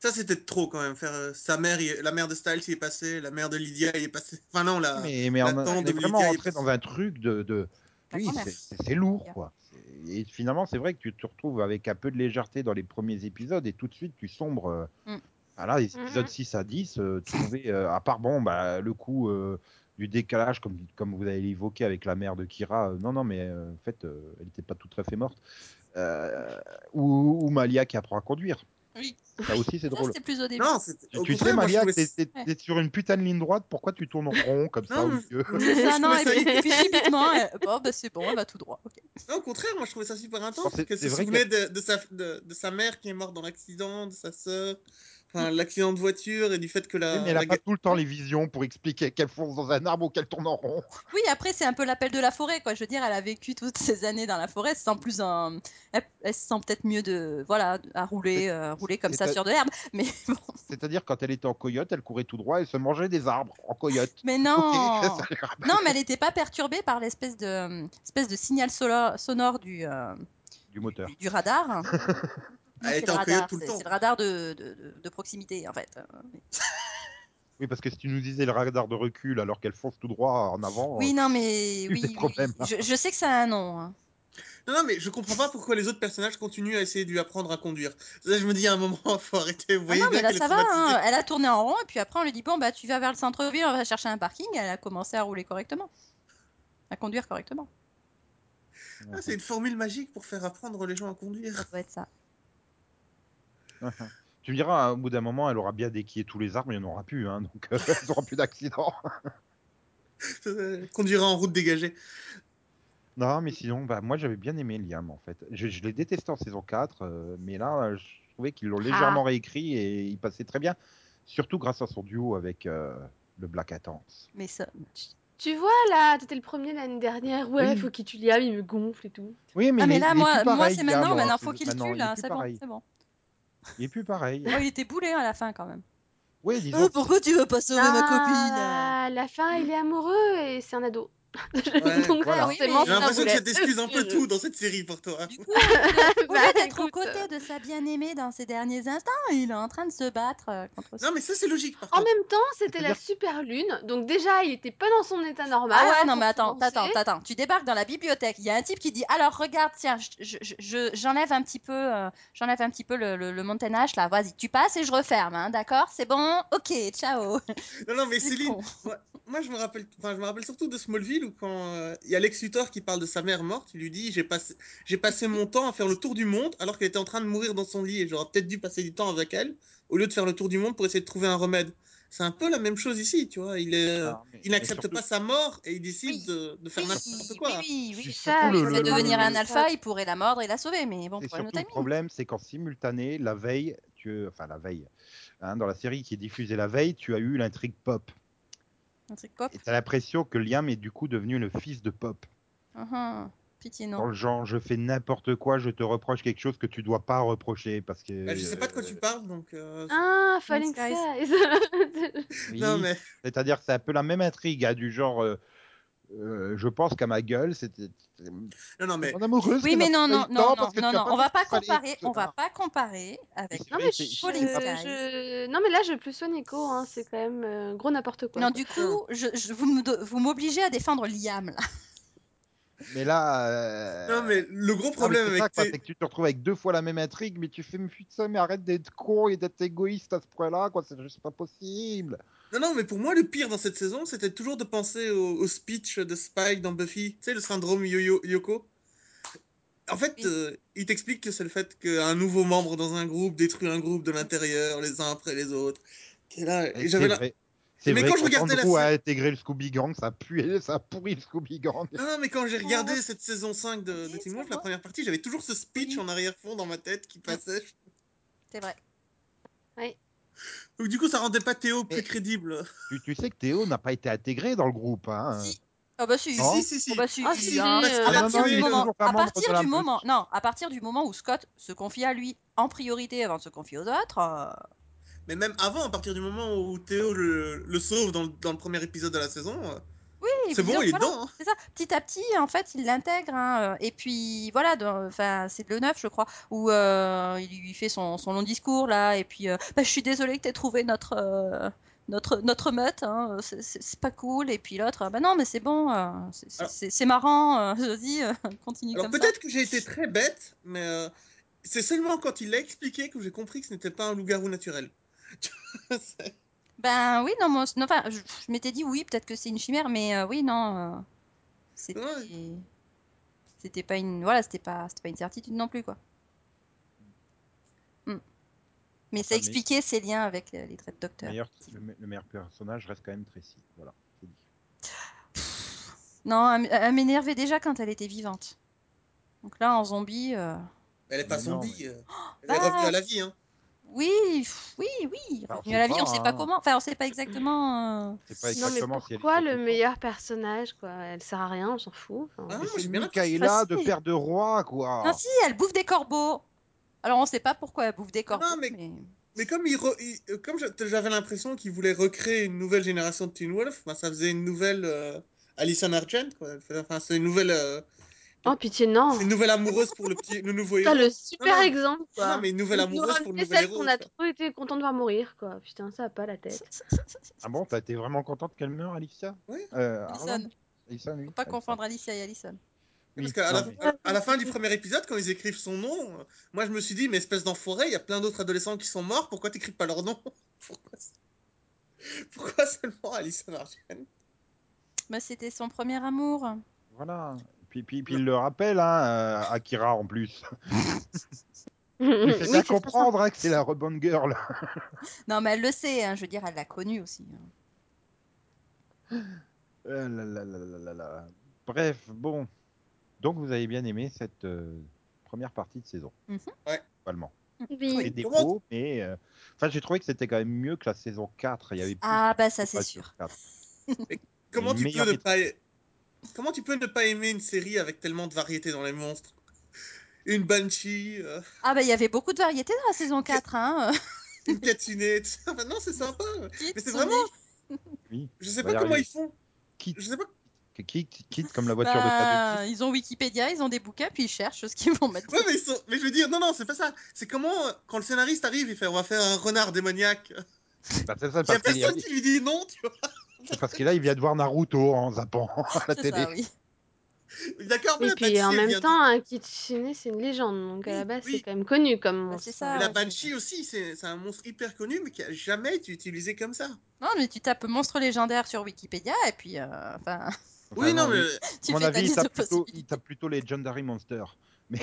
Ça, c'était trop quand même. Faire euh, sa mère, y- la mère de Styles y est passée, la mère de Lydia y est passée. Enfin, non, la...
Mais, mais on,
Ah, la tante
on est
de
vraiment
Lydia, il
entré
passe-
dans un truc de. de-
La
Oui,
grand-mère.
c'est- c'est c'est lourd, quoi. C'est- Et finalement, c'est vrai que tu te retrouves avec un peu de légèreté dans les premiers épisodes et tout de suite, tu sombres. euh,
Mm.
ah là, les
Mm,
épisodes
mm.
6 à 10, euh, trouver, euh, à part bon, bah, le coup euh, du décalage, comme, comme vous avez évoqué avec la mère de Kira, euh, non, non, mais euh, en fait, euh, elle n'était pas tout à fait morte. Euh, ou, ou Malia qui apprend à conduire.
Oui.
Ça aussi, c'est
Ça,
drôle.
c'est plus au début.
Non, c'était-
Tu,
au
tu sais,
contraire, moi, je
Malia,
trouvais-
t'es
(laughs)
t'es- t'es sur une putain de ligne droite, pourquoi tu tournes rond comme ça
Non,
au
mais-
milieu
C'est
je
ça, non,
trouvais
et
ça-
puis, et puis subitement, elle- bon, bah, c'est bon, elle va tout droit. ok.
Non, au contraire, moi je trouvais ça super intense
Alors, c'est-
parce qu'elle
c'est
se
vrai
souvenait de, de sa, de, de sa mère qui est morte dans l'accident, de sa sœur. Enfin, l'accident de voiture et du fait que la.
mais elle
la
a pas
ga-
tout le temps les visions pour expliquer qu'elle fonce dans un arbre ou qu'elle tourne en rond. (laughs)
Oui, après, c'est un peu l'appel de la forêt, quoi. Je veux dire, elle a vécu toutes ces années dans la forêt, elle se sent plus un... elle, elle se sent peut-être mieux de, voilà, à rouler, euh, rouler comme
c'est
ça
pas-
sur de l'herbe. (laughs) Mais bon,
C'est-à-dire quand elle était en coyote, elle courait tout droit et se mangeait des arbres en coyote.
mais
Ok, (laughs)
non
ça lui rappelle
Non, mais elle n'était pas perturbée par l'espèce de, euh, espèce de signal solo- sonore du, euh,
du moteur.
du radar.
(laughs)
Non, c'est
était
le
en
radar,
coyote tout le
c'est-
temps.
C'est le radar de, de- de- de proximité, en fait.
Oui, parce que si tu nous disais le radar de recul alors qu'elle fonce tout droit en avant,
Oui, non,
(laughs)
mais
eu
oui,
des
oui,
problèmes, hein.
oui. Je, je sais que ça a un nom. hein.
Non, non, mais je comprends pas pourquoi les autres personnages continuent à essayer de lui apprendre à conduire. Là, je me dis à un moment, (laughs) faut arrêter. Vous
Ah
voyez
non, mais
bien
là,
qu'elle est
ça va. hein.
traumatisée.
Elle a tourné en rond, et puis après, on lui dit Bon, bah, tu vas vers le centre-ville, on va chercher un parking. Elle a commencé à rouler correctement, à conduire correctement.
Ah, c'est une formule magique pour faire apprendre les gens à conduire.
Ça doit être ça.
euh, (laughs) tu me diras, hein, au bout d'un moment, elle aura bien déquillé tous les arbres, il n'y en aura plus, hein, donc euh, (laughs) elle n'aura plus d'accident. (laughs)
Euh, Conduira en route dégagée.
Non, mais sinon, bah, moi j'avais bien aimé Liam en fait. Je, je l'ai détesté en saison 4, euh, mais là euh, je trouvais qu'ils l'ont légèrement réécrit et il passait très bien. Surtout grâce à son duo avec euh, le Black Attans.
Mais ça.
Tu vois là, t'étais le premier l'année dernière. Ouais,
Oui.
faut qu'il tue Liam, il me gonfle et tout.
Oui, mais,
ah, mais
il est-
là,
il est
moi,
plus
moi
pareil,
c'est
Liam,
maintenant,
en
maintenant,
saison-
faut qu'il le
maintenant,
tue,
il est
là.
plus
C'est bon,
pareil.
c'est bon.
Il est plus
(laughs)
pareil.
Moi, il était boulé hein, à la fin, quand même.
Oui, disons.
Oh, pourquoi tu veux pas sauver
Ah, la fin, il est amoureux et c'est un ado. (laughs) Donc
voilà.
Ah oui, mais-
forcément,
J'ai
Non,
l'impression que
voulait-
ça t'excuse un peu
Euh,
Je-
tout dans cette série pour toi. hein.
Du coup, (laughs) au lieu, au
Bah,
lieu d'être aux
écoute,
côtés de sa bien-aimée dans ses derniers instants, il est en train de se battre euh, contre
Non, mais ça, c'est logique par
Oh,
En
contre.
même temps, c'était la
C'est-à-dire-
super lune, donc déjà, il était pas dans son état normal.
Ah
hein,
ouais, non,
pour
mais attends,
commencer.
t'attends, t'attends. Tu débarques dans la bibliothèque. Il y a un type qui dit Alors, regarde, tiens, je- je- je- je- j'enlève un petit peu, euh, j'enlève un petit peu le, le, le montainage là. Vas-y, tu passes et je referme, hein, d'accord C'est bon Ok, ciao.
Non, non, mais
C'est
Céline,
con.
moi je me rappelle, enfin, je me rappelle surtout de Smallville où quand euh, il y a Lex Luthor qui parle de sa mère morte, il lui dit j'ai passé, j'ai passé mon temps à faire le tour du monde alors qu'elle était en train de mourir dans son lit et j'aurais peut-être dû passer du temps avec elle au lieu de faire le tour du monde pour essayer de trouver un remède. C'est un peu la même chose ici, tu vois. Il est, euh,
Ah, mais-
il
mais
n'accepte
surtout-
pas sa mort et il décide
Oui.
de, de faire
Oui,
n'importe quoi.
oui, oui, oui.
surtout
ça,
Il
le-
il
le-
pourrait
le-
devenir
le-
un alpha, il pourrait la mordre et la sauver, mais bon,
Et surtout,
pour un autre
le
timing.
problème, c'est qu'en simultané, la veille, tu... enfin la veille, hein, dans la série qui est diffusée la veille, tu as eu l'intrigue Pop.
Un truc cop.
Et t'as l'impression que Liam est du coup devenu le fils de Pop.
Uhum. hein, Pitié,
Dans
non.
le genre, je fais n'importe quoi, je te reproche quelque chose que tu dois pas reprocher parce que.
Bah, je sais pas de quoi tu parles donc. euh,
Ah, Falling
Skies.
Skies.
Oui,
Non mais
C'est-à-dire, c'est un peu la même intrigue, hein, du genre, euh, euh, je pense qu'à ma gueule, c'était c'était
non, non mais
mon amoureuse.
Oui,
qui
mais
n'a pas
non,
eu
non,
le
non,
temps
non,
parce que
non,
tu as
non, on va
dit
pas
ce qu'il fallait,
comparer, on va
connard.
pas comparer
Oui,
avec.
(laughs) Non,
c'est-
mais
c'est-
je-
Falling Skies.
je- non, mais là, je plus sois Nico, hein, c'est quand même euh, gros n'importe quoi.
Non,
quoi.
du coup, je, je- vous me do- vous m'obligez à défendre Liam là.
Mais là. euh,
non mais le gros
non, mais
problème
c'est
avec
ça, quoi,
tes-
c'est que tu te retrouves avec deux fois la même intrigue, mais tu fais mais putain, mais arrête d'être con et d'être égoïste à ce point-là, quoi, c'est juste pas possible.
Non, non, mais pour moi, le pire dans cette saison, c'était toujours de penser au, au speech de Spike dans Buffy. Tu sais, le syndrome Yo-Yo- Yoko. En fait,
Oui.
euh, il t'explique que c'est le fait qu'un nouveau membre dans un groupe détruit un groupe de l'intérieur, les uns après les autres. T'es là,
Et
et
c'est
j'avais la-
vrai. C'est
Mais
vrai
quand je regardais la
Andrew a
série-
intégré le Scooby Gang, ça a pué, (laughs) ça a pourri le Scooby Gang.
Non, non, mais quand j'ai regardé
Oh.
cette saison 5 de, de
Oui,
Teen
ça
Wolf, la
va.
première partie, j'avais toujours ce speech
Oui.
en arrière-fond dans ma tête qui passait.
C'est vrai.
Donc, du coup, ça rendait pas Théo plus
Mais-
crédible.
Tu, tu sais que Théo n'a pas été intégré dans le groupe. Hein.
Si. Ah bah si.
Non.
Si, si, si.
Ah bah si.
Ah, si, si,
hein.
parce
À
qu'il
a
partir
tué
du
le-
moment,
toujours un
à
membre de
partir
la
du moment,
meute.
non, à partir du moment où Scott se confie à lui en priorité avant de se confier aux autres, euh,
Mais même avant, à partir du moment où Théo le, le sauve dans, le- dans le premier épisode de la saison, euh,
oui,
c'est bon,
donc
il est
voilà.
dedans. hein.
C'est ça. Petit à petit, en fait, il l'intègre. hein, euh, Et puis voilà, dans- enfin, c'est le 9, je crois, où euh, il lui fait son, son long discours là. Et puis, euh, bah, je suis désolée que t'aies trouvé notre euh, notre notre meute. hein, c'est- C'est c'est pas cool. Et puis l'autre, bah non, mais c'est bon. euh, c'est- c'est-
Alors-
C'est c'est marrant. euh, (laughs) Vas-y, euh, continue
Alors
comme ça.
peut-être que j'ai été très bête, mais euh, c'est seulement quand il l'a expliqué que j'ai compris que ce n'était pas un loup-garou naturel. (laughs) Tu vois, c'est-
Ben oui, non, moi, non, enfin, je, je m'étais dit oui, peut-être que c'est une chimère, mais euh, oui, non, euh, c'était, c'était pas une, voilà, c'était pas, c'était pas une certitude non plus, quoi. Hmm. Mais ça
mais-
expliquait ses liens avec euh, les traits de docteur.
Meilleur- le, me- le meilleur personnage reste quand même Tracy. Voilà. c'est dit.
Non, elle, m- elle m'énervait déjà quand elle était vivante. Donc là, en zombie, euh,
Elle est pas
Mais non,
zombie.
mais-
euh, Elle est revenue
Ah.
à la vie. Hein.
Oui, pff, oui, oui.
Ah, on
Revenu
sait
à la vie,
pas,
on sait pas
hein.
comment. Enfin, on sait pas exactement. euh,
C'est pas
Non, mais
exactement si elle
pourquoi
était
le
contente.
meilleur personnage, quoi Elle sert à rien, on s'en fout. enfin.
Ah,
Mais
moi,
c'est
j'ai bien la
Michaela de
facile.
Père de Roi, quoi.
Non, si, elle bouffe des corbeaux. Alors, on sait pas pourquoi elle bouffe des corbeaux.
mais-
mais...
Mais comme, il re- il- euh, comme j'a- j'avais l'impression qu'ils voulaient recréer une nouvelle génération de Teen Wolf, bah, ça faisait une nouvelle euh, Alison Argent. Quoi. Enfin, c'est une nouvelle, euh,
Oh pitié, non
c'est une nouvelle amoureuse pour le, petit, le nouveau héros.
Putain, le super
non.
exemple, quoi
Non, mais une nouvelle
Ils nous
amoureuse pour le
ramenaient
nouvel
celle
héros.
qu'on a
quoi.
trop été content de voir mourir, quoi. Putain, ça a pas la
(laughs)
tête.
Ah bon, t'as été vraiment contente qu'elle meure, Alicia
Oui.
Euh, Harlan
Alison,
Alison, oui.
faut pas
Alison.
confondre Alicia et Alison.
Oui,
Parce qu'à la,
non, mais-
à- à la fin du premier épisode, quand ils écrivent son nom, euh, moi je me suis dit, mais espèce d'enfoiré, il y a plein d'autres adolescents qui sont morts, pourquoi t'écris pas leur nom (laughs) pourquoi, c'est- pourquoi seulement Alison Argent
Mais c'était son premier amour.
Voilà. Puis, puis, puis il le rappelle, hein, euh, Akira en
(laughs)
plus. Il fait
Oui,
bien
c'est ça.
comprendre hein, que c'est la rebond girl. (laughs)
Non, mais elle le sait. hein, Je veux dire, elle l'a connu aussi. hein.
Euh, là, là, là, là, là, là. Bref, bon. Donc vous avez bien aimé cette euh, première partie de saison.
Mhm.
Ouais.
Globalement.
Oui.
C'est des
Comment-
défauts, mais. euh, Enfin, j'ai trouvé que c'était quand même mieux que la saison 4. Il y avait plus
Ah,
de
bah, ça,
défauts
c'est
à la
sûr.
saison 4.
Comment tu,
Meilleur
peux ne
métro-
pas... Comment tu peux ne pas aimer une série avec tellement de variété dans les monstres Une Banshee, euh, (laughs)
Ah, bah, il y avait beaucoup de variétés dans la saison 4. Hein.
une Katsune, tout ça. (laughs) Enfin, non, c'est sympa.
(laughs)
Mais c'est vraiment.
Oui.
Je sais
On va y
pas comment
arriver.
ils font.
Kit,
Je sais pas.
Kit, Kit, comme la voiture de
Bah,
Tadeji.
ils ont Wikipédia, ils ont des bouquins, puis ils cherchent ce qu'ils vont
(laughs)
mettre.
Ouais, mais, ils sont- mais je veux dire, non, non, c'est pas ça. C'est comment, euh, quand le scénariste arrive, il fait on va faire un renard démoniaque.
Bah, c'est ça,
Il y a
parce qu'il
personne
y a-
qui lui dit non, tu vois.
c'est parce que là, il vient de voir Naruto en zappant (laughs) à la
C'est
télé.
ça, oui.
D'accord, mais
Et
la
puis en
Banshee, elle vient
même
d'où
temps, hein, Kitsune, c'est une légende, donc à la base,
oui.
c'est quand même connu comme
Bah,
monstre.
c'est ça,
Mais la
ouais.
Banshee aussi, c'est c'est un monstre hyper connu, mais qui a jamais été utilisé comme ça.
Ah
Non, mais tu tapes monstre légendaire sur Wikipédia, et puis, euh, enfin, (laughs)
Enfin,
oui, non,
non,
mais.
À
tu
mon
fais ta
avis, il
liste de
tape, plutôt, il
possibilités.
tape plutôt Legendary Monster.
Oui,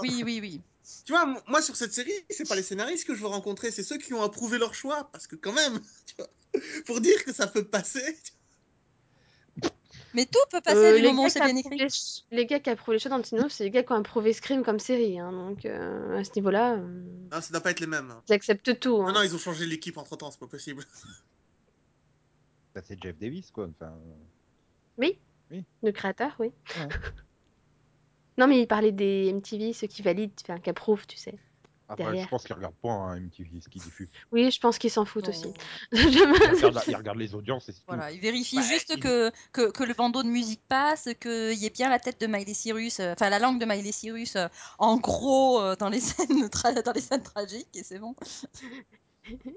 oui, oui, oui.
Tu vois, m- moi sur cette série, c'est pas les scénaristes que je veux rencontrer, c'est ceux qui ont approuvé leur choix, parce que quand même, (laughs) tu vois, pour dire que ça peut passer. tu
Mais tout peut passer
Euh,
du
les,
moment où
gars
c'est
qui
bien
approuvent
écrit.
les, ch- les gars qui approuvent les choses dans Teen Wolf, c'est les gars qui ont approuvé Scream comme série. hein, donc euh, à ce niveau-là, euh,
vois. Non, ça doit pas être les mêmes. hein.
ils acceptent tout.
Non,
hein.
non, ils ont changé l'équipe entre temps, c'est pas possible. (laughs)
Bah, c'est Jeff Davis, quoi. Enfin,
Le créateur, oui.
Ouais.
(laughs) non, mais il parlait des MTV, ceux qui valident, enfin, qui approuvent, tu sais.
après,
Derrière.
je pense qu'il regarde hein, pas un MTV ce qu'il
(laughs)
diffuse.
Oui, je pense qu'ils s'en foutent
Non.
aussi.
Il
(laughs)
regarde, la- il regarde les audiences et c'est tout.
Voilà,
Mm.
il vérifie
Bah,
juste
il-
que, que, que le bandeau de musique passe, qu'il y ait bien la tête de Miley Cyrus, euh, enfin la langue de Miley Cyrus euh, en gros euh, dans, les (laughs) scènes tra- dans les scènes tragiques, et c'est bon.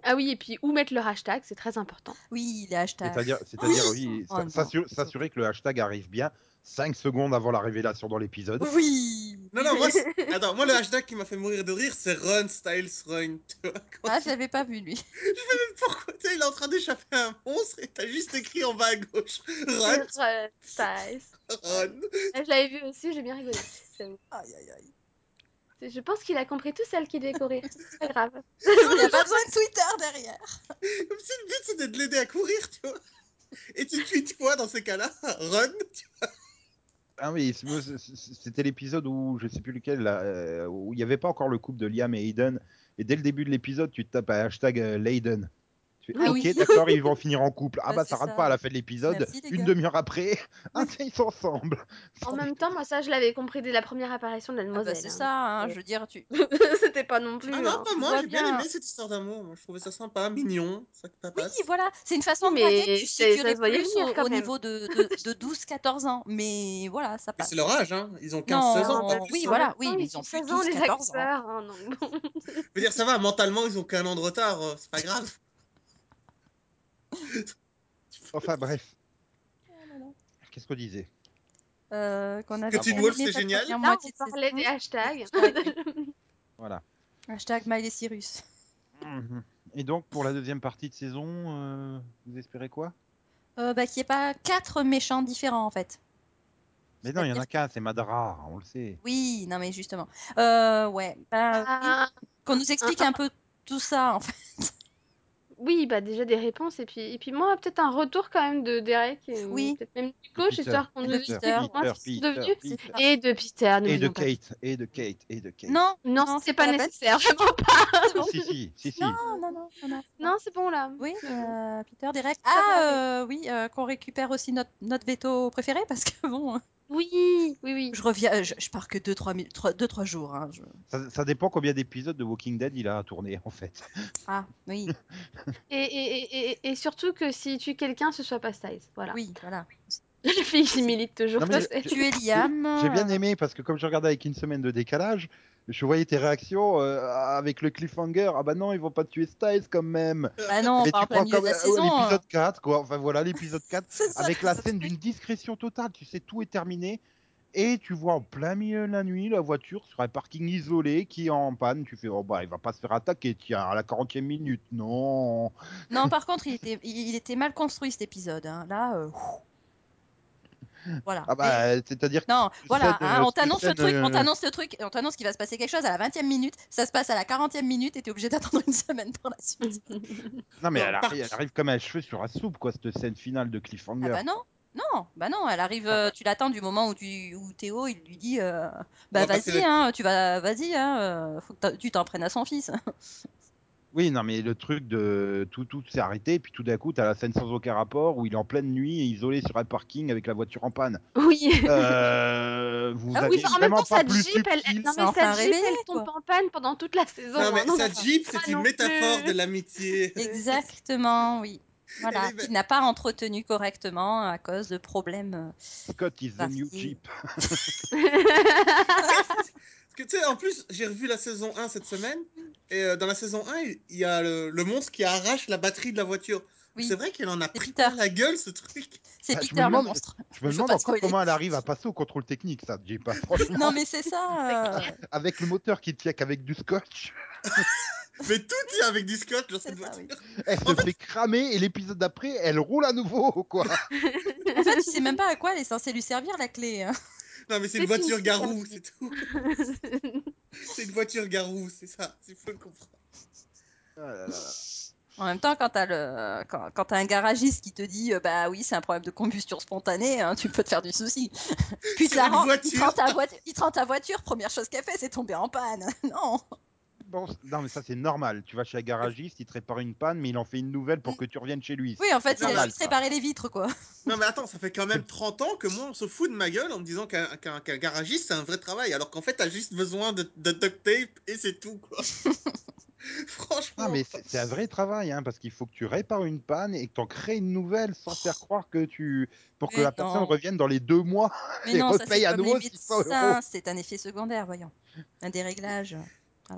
ah oui, et puis où mettre leur hashtag, c'est très important.
Oui, les hashtags.
C'est-à-dire, c'est-à-dire oui,
(laughs) Oh
s'a-
non.
s'assure- s'assurer que le hashtag arrive bien 5 secondes avant la révélation dans l'épisode.
Oui
Non, non, moi,
(laughs)
c'est- Attends, moi le hashtag qui m'a fait mourir de rire, c'est Run Styles Run. Tu vois, (laughs)
(laughs)
quand-
Ah, je l'avais pas vu, lui.
Pourquoi tu sais, il est en train d'échapper à un monstre et t'as juste écrit en bas à gauche Run,
Euh, nice.
Run.
Ah, Je l'avais vu aussi, j'ai bien rigolé. j'avoue.
Aïe, aïe,
(laughs)
aïe.
Je pense qu'il a compris tout seul qui devait courir. C'est
(laughs)
pas grave.
Il n'y a pas besoin de Twitter derrière.
Comme si le but c'était de l'aider à courir, tu vois. Et tu tweets quoi dans ces cas-là Run tu
Ah oui, c'est- moi, c'est- c'est- c'était l'épisode où je sais plus lequel, là, euh, où il n'y avait pas encore le couple de Liam et Aiden. Et dès le début de l'épisode, tu tapes un hashtag euh, Layden. Tu fais,
Ah
ok,
oui. (laughs)
d'accord, ils vont finir en couple. Ah
Bah,
bah,
c'est
ça rate
ça.
pas à la fin de l'épisode.
Merci, les
Une
gars.
demi-heure après, (laughs) ah, tiens, ils sont
(laughs)
ensemble.
En même temps, moi, ça, je l'avais compris dès la première apparition de la
Ah bah,
demoiselle.
c'est
hein.
ça, hein, je veux dire, tu...
(laughs) C'était pas non plus.
Ah non,
hein.
pas
vois
moi, j'ai bien,
bien.
aimé cette histoire d'amour. Moi, je trouvais ça sympa, mignon, ça que t'as
Oui,
passé.
voilà, c'est une façon de
Oui,
draguer
mais
que tu
c'est- ça
situerais
se voyait
plus
venir,
au,
quand
au
même.
niveau de, de, de 12-14 ans. Mais voilà, ça
Mais
passe.
c'est leur âge, hein. Ils ont 15-16 ans, pas
Non,
plus.
oui,
hein.
voilà,
En
oui,
même temps,
mais ils ont
font
plus
16 ans, les
12-14 ans.
acteurs. hein, donc bon.
Je veux dire, ça va, mentalement, ils ont qu'un an de retard, euh, c'est
(laughs)
pas grave.
Enfin, bref.
Oh
Qu'est-ce qu'on disait
Euh, qu'on avait
Que Teen
bien
Wolf,
aimé
c'est
la
génial.
première
Là,
moitié de
on parlait
saison.
des hashtags.
(laughs)
Voilà.
Hashtag Miley Cyrus.
Mhm. Et donc, pour la deuxième partie de saison, euh, vous espérez quoi
Euh, bah, qu'il n'y ait pas quatre méchants différents, en fait.
Mais non, il y en a qu'un, c'est Madara, on le sait.
Oui, non, mais justement. Euh, ouais, bah, oui,
Ah,
qu'on nous explique un peu tout ça, en fait.
Oui, bah déjà des réponses et puis et puis moi peut-être un retour quand même de Derek et
Oui.
peut-être même du coach
Peter,
histoire qu'on nous
Peter,
dise
Peter,
comment
Peter,
ils sont
Peter,
devenus.
(laughs)
Peter.
et de Peter.
Et de
n'oublions pas.
Kate, et de Kate, et de Kate.
euh, (laughs) Non,
Non, c'est pas,
la peine.
nécessaire, vraiment pas.
C'est Ah, bon.
Si, si, si, si.
Non, non, non, on a-
Non, c'est bon là.
Oui,
C'est bon.
euh, Peter Derek.
va
Ah,
aller.
euh, oui, euh, qu'on récupère aussi notre, notre veto préféré parce que bon, euh,
Oui, oui, oui.
je reviens, euh, je, je pars que 2-3 trois, mi- trois- deux, trois jours. hein, je-
Ça, ça dépend combien d'épisodes de Walking Dead il a à tourner, en fait.
Ah, oui,
Et, et, et, et- et surtout que si tue quelqu'un, ce soit pas Styles. Voilà.
oui, voilà.
(laughs) Les filles, j'y milite toujours.
Non, mais
ça, c'est-
je-
Tu es Liam.
J'ai bien
euh,
aimé parce que comme je regardais avec une semaine de décalage, je voyais tes réactions euh, avec le cliffhanger. Ah bah non, ils vont pas tuer Styles quand même.
Bah non, on
Mais tu
parle pas
prends
milieu
comme
de la
euh,
saison. hein.
l'épisode 4 quoi. Enfin voilà, l'épisode 4
C'est (laughs) ça,
avec la
ça
scène
fait-
d'une discrétion totale, tu sais tout est terminé et tu vois en plein milieu de la nuit la voiture sur un parking isolé qui est en panne, tu fais oh bah il va pas se faire attaquer tiens à la 40e minute. Non.
Non, par contre, il était, il, il était mal construit cet épisode. hein. Là, euh, ouh. voilà.
Ah
Mais-
bah c'est-à-dire que
Non,
tu
voilà,
sais,
hein,
euh,
on
tu
t'annonce le
sais,
truc, on
euh,
t'annonce le truc, on t'annonce qu'il va se passer quelque chose à la 20e minute, ça se passe à la 40e minute et t'es obligé d'attendre une semaine pour la suite.
non mais
Non,
elle,
par-
arrive, elle arrive comme un cheveu sur la soupe quoi cette scène finale de
Ah
cliffhanger.
bah non, non, bah non, elle
Ah
arrive, euh, tu l'attends du moment où, tu, où Théo, il lui dit, euh, bah
va passer
vas-y,
la-
hein, tu vas, vas-y, hein, euh, faut que t'en- tu t'en prennes à son
(laughs)
fils.
Oui, non, mais le truc de tout, tout s'est arrêté, puis tout d'un coup, t'as la scène sans aucun rapport où il est en pleine nuit et isolé sur un parking avec la voiture en
(laughs)
panne.
Oui.
Euh, vous
Ah
aviez
(laughs) Oui, en même
vraiment
temps,
pas
sa
plus
Jeep, elle, elle-
subtil.
non, mais
ça enfin
sa Jeep,
révélé,
elle tombe en panne pendant toute la saison.
Non,
hein,
mais
non,
sa
mais-
Jeep,
Ah
c'est une
non
métaphore
plus.
de l'amitié.
Exactement, oui. Voilà,
Elle est belle.
qu'il n'a pas entretenu correctement à cause de problèmes. euh,
Scott is
Bah,
the new
Varié.
Jeep.
Parce que tu sais, en plus, j'ai revu la saison 1 cette semaine, et euh, dans la saison 1, il il y a le, le monstre qui arrache la batterie de la voiture.
Oui.
C'est vrai qu'elle en a
C'est
pris
Peter.
plein la gueule, ce truc.
C'est
Bah, je me
Peter le
demande-
monstre.
Je me
Je veux
demande
pas
encore
spoiler.
comment elle arrive à passer au contrôle technique, ça, Jeep. hein, franchement,
Non mais (laughs) c'est ça. euh,
avec le moteur qui tient qu'avec du
(laughs)
scotch,
Mais tout est avec du scotch dans cette
C'est ça,
voiture.
elle se fait cramer et l'épisode d'après, elle roule à nouveau,
(laughs)
quoi.
En fait, tu sais même pas à quoi elle est censée lui servir la clé. hein.
Non, mais c'est
C'est
une voiture
fini,
garou,
c'est
c'est tout. (laughs) C'est une voiture garou, c'est ça. Il faut le comprendre.
Ah là là.
En même temps, quand t'as le, quand, quand t'as un garagiste qui te dit, euh, bah oui, c'est un problème de combustion spontanée, hein, tu peux te faire du (laughs) souci. Puis
Sur
ça
une
rend, il te
voiture.
rend ta voiture, il te rend ta voiture, première chose qu'elle fait, c'est tomber en panne. (laughs) Non.
Bon, c'est- non, mais ça, c'est normal. Tu vas chez un garagiste, il te répare une panne, mais il en fait une nouvelle pour que tu reviennes chez lui.
Mm. Oui, en fait, il a
Normal,
juste
ça.
réparé les vitres, (laughs) quoi.
Non, mais attends, ça fait quand même 30 ans que moi, on se fout de ma gueule en me disant qu'un qu'un- qu'un garagiste, c'est un vrai travail. Alors qu'en fait, t'as juste besoin de, de duct tape et c'est tout,
(laughs)
quoi. Franchement.
Non, Ah, mais c'est c'est un vrai travail, hein, parce qu'il faut que tu répares une panne et que tu en crées une nouvelle sans faire croire que tu. pour que
Mais
la personne
non.
revienne dans les deux mois.
Mais
Et
non, ça c'est
repaye à
comme
nouveau
les
600 euros.
médecins, c'est un effet secondaire, voyons. Un déréglage. euh,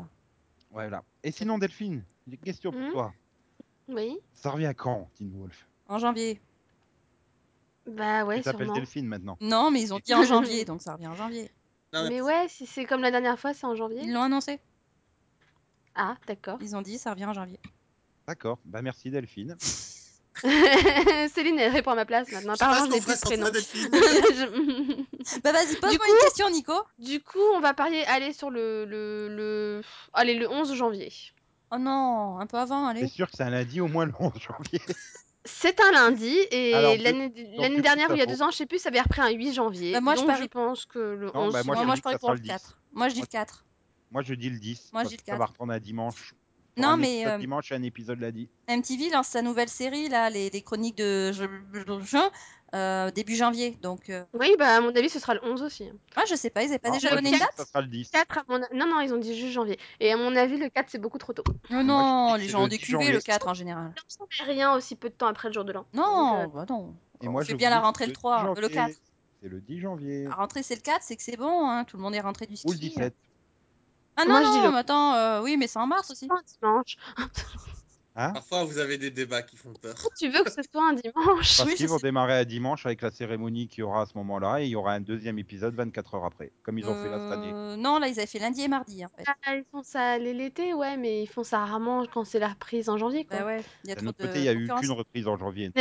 Voilà. Et sinon, Delphine, j'ai une question pour
Mm.
Hmm
toi.
(laughs) Oui.
Ça revient quand, Teen Wolf
En janvier.
Bah ouais,
Tu t'appelles
sûrement.
Delphine maintenant.
Non, mais ils ont dit (laughs) en janvier, donc ça revient en janvier.
Non, mais-
Mais ouais, si c'est comme la dernière fois, c'est en
Ils
janvier.
l'ont annoncé.
Ah, d'accord.
Ils ont dit, ça revient en janvier.
D'accord. Bah, merci, Delphine.
(laughs) Céline, elle répond à ma place maintenant.
Je sais pas
Apparemment, je
ce
n'ai
qu'on
plus
ferait
de prénom.
sans toi, Delphine.
(laughs) Je- (laughs)
Bah vas-y, pose-moi
coup-
une question, Nico.
Du coup, on va parier, aller sur le, le, le... Allez, le 11 janvier.
Oh non, un peu avant,
C'est
allez.
sûr que c'est un lundi au moins le 11 janvier. (laughs)
C'est un lundi, et
Alors, du-
l'année
du coup,
l'année dernière,
ça
ou il y a
vaut-
deux ans, je sais plus, ça avait repris un 8 janvier.
Bah, moi, je
donc,
parie-
je pense que le
Non,
11...
bah, moi,
Moi,
je
moi,
dis
je
que ça
parie
sera
pour le
le 10.
4. Moi, je dis
Moi,
le 4.
Moi, je dis le 10.
Moi,
parce
j'ai le
que Ça
4.
va reprendre un dimanche. Pour
Non,
un
mais,
épisode
euh,
dimanche et un épisode lundi.
MTV lance sa nouvelle série, là, les, les chroniques de je- je- je- euh, début janvier. Donc, euh,
Oui, bah, à mon avis, ce sera le 11 aussi.
ah, je sais pas, ils n'avaient pas
Non,
déjà
moi, je
donné
dis
une
que
date
Ça sera le 10.
4, à mon... a- Non, non, ils ont dit juste janvier. Et à mon avis, le 4, c'est beaucoup trop tôt.
moi, je
Non,
dis
Oh non,
que
les
c'est
gens ont
le 10
décuvé le
janvier.
4 en général.
On fait rien aussi peu de temps après le jour de l'an. Donc, euh,
Non, bah non.
Et
On
moi,
fait
je
bien la
vous dis
rentrée le
10
3, euh, le
janvier.
4.
C'est le 10 janvier.
La
Ah,
rentrée, c'est le 4, c'est que c'est bon, hein, tout le monde est rentré du ski.
Ou le 17.
Ah non,
Moi, je dis
non,
le-
mais attends, euh, oui, mais c'est en mars aussi.
un dimanche.
Hein
Parfois, vous avez des débats qui font peur.
Tu veux que ce soit un (laughs) dimanche
Parce
Oui,
qu'ils
je
vont
sais.
démarrer à dimanche avec la cérémonie qu'il y aura à ce moment-là et il y aura un deuxième épisode 24 heures après, comme ils ont fait là cette année.
Euh, non, là, ils avaient fait lundi et mardi, en fait.
Ah, Ils font ça l'été, ouais, mais ils font ça rarement quand c'est la reprise en janvier, quoi.
Bah ouais, il y a
D'un
trop
autre
de
côté, il n'y a eu
concurrence.
qu'une reprise en janvier.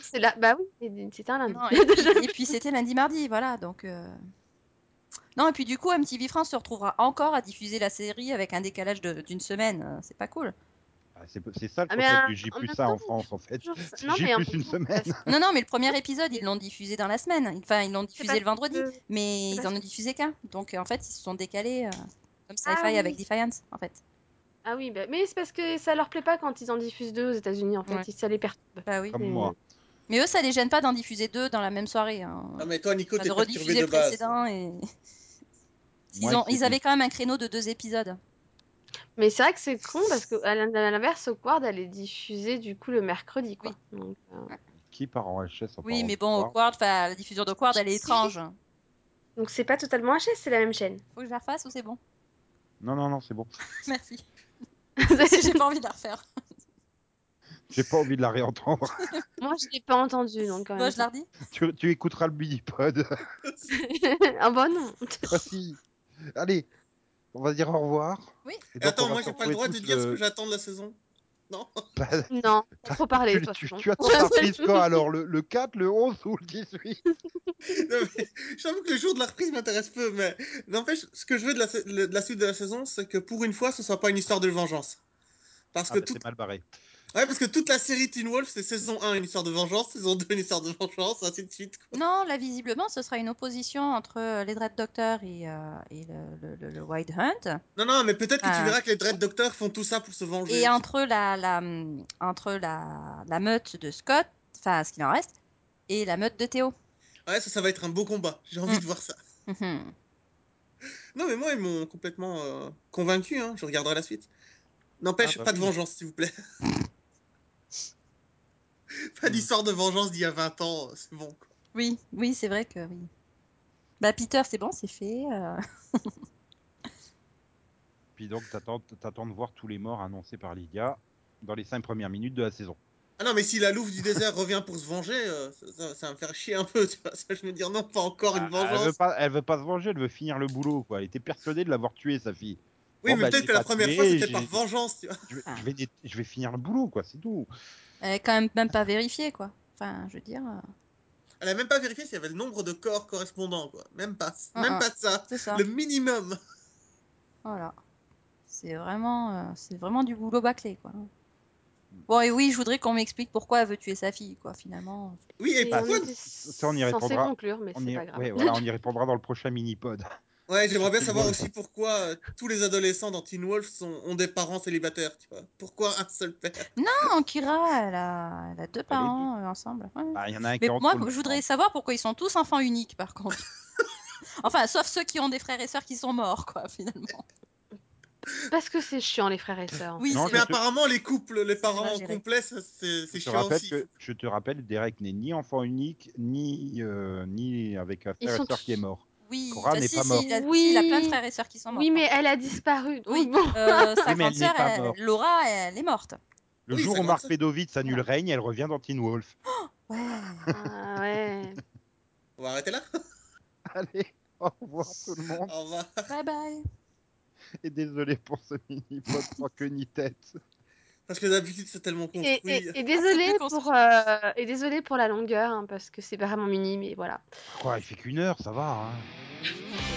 C'est là, bah oui, c'est- c'est un lundi. (laughs)
Non, et puis, et puis c'était lundi mardi, voilà. Donc euh, non, et puis du coup, MTV France se retrouvera encore à diffuser la série avec un décalage de- d'une semaine. euh, C'est pas cool.
Ah C'est c'est ça le
Ah, mais
concept
un-
du J
en
plus
même
ça en
temps,
France, en fait.
toujours ça.
C'est
Non,
J
mais en
plus une
même temps,
semaine.
parce-
Non, non, mais le premier épisode, ils l'ont diffusé dans la semaine. Enfin, ils l'ont diffusé
parce
le vendredi,
que-
mais ils
parce
en ont
que-
diffusé qu'un. Donc, euh, en fait, ils se sont décalés, euh, comme sci-fi
Ah oui.
avec Defiance, en fait.
Ah oui, bah- mais c'est parce que ça leur plaît pas quand ils en diffusent deux aux États-Unis, en fait.
Ouais.
ils- Ça les perturbe.
Bah oui.
Comme
Et-
moi.
Mais eux, ça les gêne pas d'en diffuser deux dans la même soirée. hein.
Ah, mais toi, Nico,
Enfin,
t'es
de
perturbé
rediffuser
de
le
base.
précédent et.
Moi,
Ils, ont,
c'est
ils
bien.
avaient quand même un créneau de deux épisodes.
Mais c'est vrai que c'est con parce que à l'in- à l'inverse, Awkward, elle est diffusée du coup le mercredi, quoi. Donc, euh,
Qui part en HS en
Oui,
parlant
mais
de
bon,
soir
Awkward, enfin, la diffusion d'Awkward, elle est étrange.
donc c'est pas totalement HS, c'est la même chaîne.
Faut que je la refasse ou c'est bon
Non, non, non, c'est bon.
(laughs) Merci. J'ai pas envie de la refaire.
J'ai pas envie de la réentendre. (laughs)
Moi, je l'ai pas entendu, donc quand
Moi,
même.
je la redis.
tu, tu écouteras le (laughs) Minipod.
(laughs) ah bah non.
Ah, si. Allez, on va dire au revoir.
Oui.
Et donc, on
Attends,
va
moi,
se
j'ai pas le droit de
retrouver tous
dire ce
le- (laughs)
que j'attends de la saison. Non
Bah,
Non, faut trop parler,
tu,
toi.
tu,
c'est bon. (laughs)
tu attends ta reprise quoi alors le, le 4, le 11 ou le Ah,
(laughs)
18
Non, mais J'avoue que le jour de la reprise m'intéresse peu, mais n'empêche, ce que je veux de la, sa- le- de la suite de la saison, c'est que pour une fois, ce soit pas une histoire de vengeance. Parce
Ah,
que,
bah,
tout-
C'est mal barré.
ouais, parce que toute la série Teen Wolf, c'est saison 1, une histoire de vengeance, saison 2, une histoire de vengeance, ainsi de suite. quoi.
Non, là, visiblement, ce sera une opposition entre euh, les Dread Doctors et, euh, et le, le- le- le Wild Hunt.
Non, non, mais peut-être que
Ah.
tu verras que les Dread Doctors font tout ça pour se venger.
Et entre la, la, hum, entre la, la meute de Scott, enfin, ce qu'il en reste, et la meute de Théo.
Ouais, ça, ça va être un beau combat. J'ai envie
Mm.
de voir ça.
Mhm.
Non, mais moi, ils m'ont complètement euh, convaincu. Hein. Je regarderai la suite. N'empêche,
Ah, bah
pas de
oui.
vengeance, s'il
(laughs)
vous plaît. pas d'histoire de vengeance d'il y a 20 ans. euh, C'est bon. quoi.
oui, oui, c'est vrai que oui. Bah, Peter, c'est bon, c'est fait. euh.
Puis donc, t'attends t'attends de voir tous les morts annoncés par Lydia dans les 5 premières minutes de la saison.
Ah non, mais si la louve du désert revient pour se venger, euh, ça, ça- ça va me faire chier un peu. Tu vois (laughs) ça, je vais me dire non, pas encore une
Ah, elle, veut
vengeance.
pas, elle veut pas se venger, elle veut finir le boulot. quoi. Elle était persuadée de l'avoir tué, sa fille.
Oui,
Bon,
mais
bah,
peut-être
j'ai
que la
pas
première
tué,
fois, c'était par
j'ai-
vengeance. Tu vois (laughs)
Je vais,
Ah.
je vais dé- je vais finir le boulot, quoi, c'est tout.
Elle est quand même même pas vérifiée, quoi. Enfin, je veux dire, euh,
Elle a même pas vérifié s'il y avait le nombre de corps correspondants. Quoi. Même pas,
Ah,
même
ah.
pas ça.
c'est ça.
Le minimum.
Voilà. C'est vraiment, euh, c'est vraiment du boulot bâclé, quoi.
Mm.
Bon, et oui, je voudrais qu'on m'explique pourquoi elle veut tuer sa fille, quoi, finalement.
Oui, et
Et
bah,
pourquoi
était
ça, on y
censé
répondra.
conclure, mais
On
c'est
y,
pas grave.
ouais, voilà, on y répondra dans le prochain
(laughs)
mini-pod.
Ouais, j'aimerais bien
Teen
savoir
Wolf.
aussi pourquoi euh, tous les adolescents dans Teen Wolf sont, ont des parents célibataires, tu vois. Pourquoi un seul père
Non, Kira, Ah, elle a, elle a deux parents euh, ensemble. ouais.
Bah, Il y en a un qui
Mais
est en
moi,
tôle,
je voudrais savoir pourquoi ils sont tous enfants uniques, par contre. (laughs) enfin, sauf ceux qui ont des frères et sœurs qui sont morts, quoi, finalement.
Parce que c'est chiant, les frères et sœurs.
Oui,
Non,
c'est
Mais
vrai.
je-
apparemment, les couples, les
mal
parents
géré.
complets, ça, c'est
Je
c'est
te,
chiant
rappelle
aussi.
que, je te rappelle, Derek n'est ni enfant unique, ni, euh, ni avec un
Ils
frère et
sont
sœur
tous-
qui est mort.
Oui,
Cora
enfin,
n'est
si,
pas
si,
morte.
il a,
Oui.
si, il a plein de frères et sœurs qui sont morts.
Oui, mais elle a disparu. Donc
Oui.
(laughs) bon.
Oui,
Euh, sa
mais elle
grande
n'est
sœur,
pas
elle-
morte.
Laura, elle est morte.
Le
Oui,
jour
ça
où
commence
Marc
ça.
Pédovic annule le règne, elle revient dans Teen Wolf.
Ouais.
Ah ouais.
On va arrêter là
Allez, (laughs) au revoir tout le monde.
Au revoir.
Bye bye.
Et désolé pour ce mini-pod sans queue ni tête.
Parce que d'habitude, c'est tellement
Et,
construit.
et, et (laughs)
Ah, c'est
désolée
plus
pour, euh, et désolée pour la longueur, hein, parce que c'est vraiment mini, mais voilà.
Quoi, il fait qu'une heure, ça va. hein.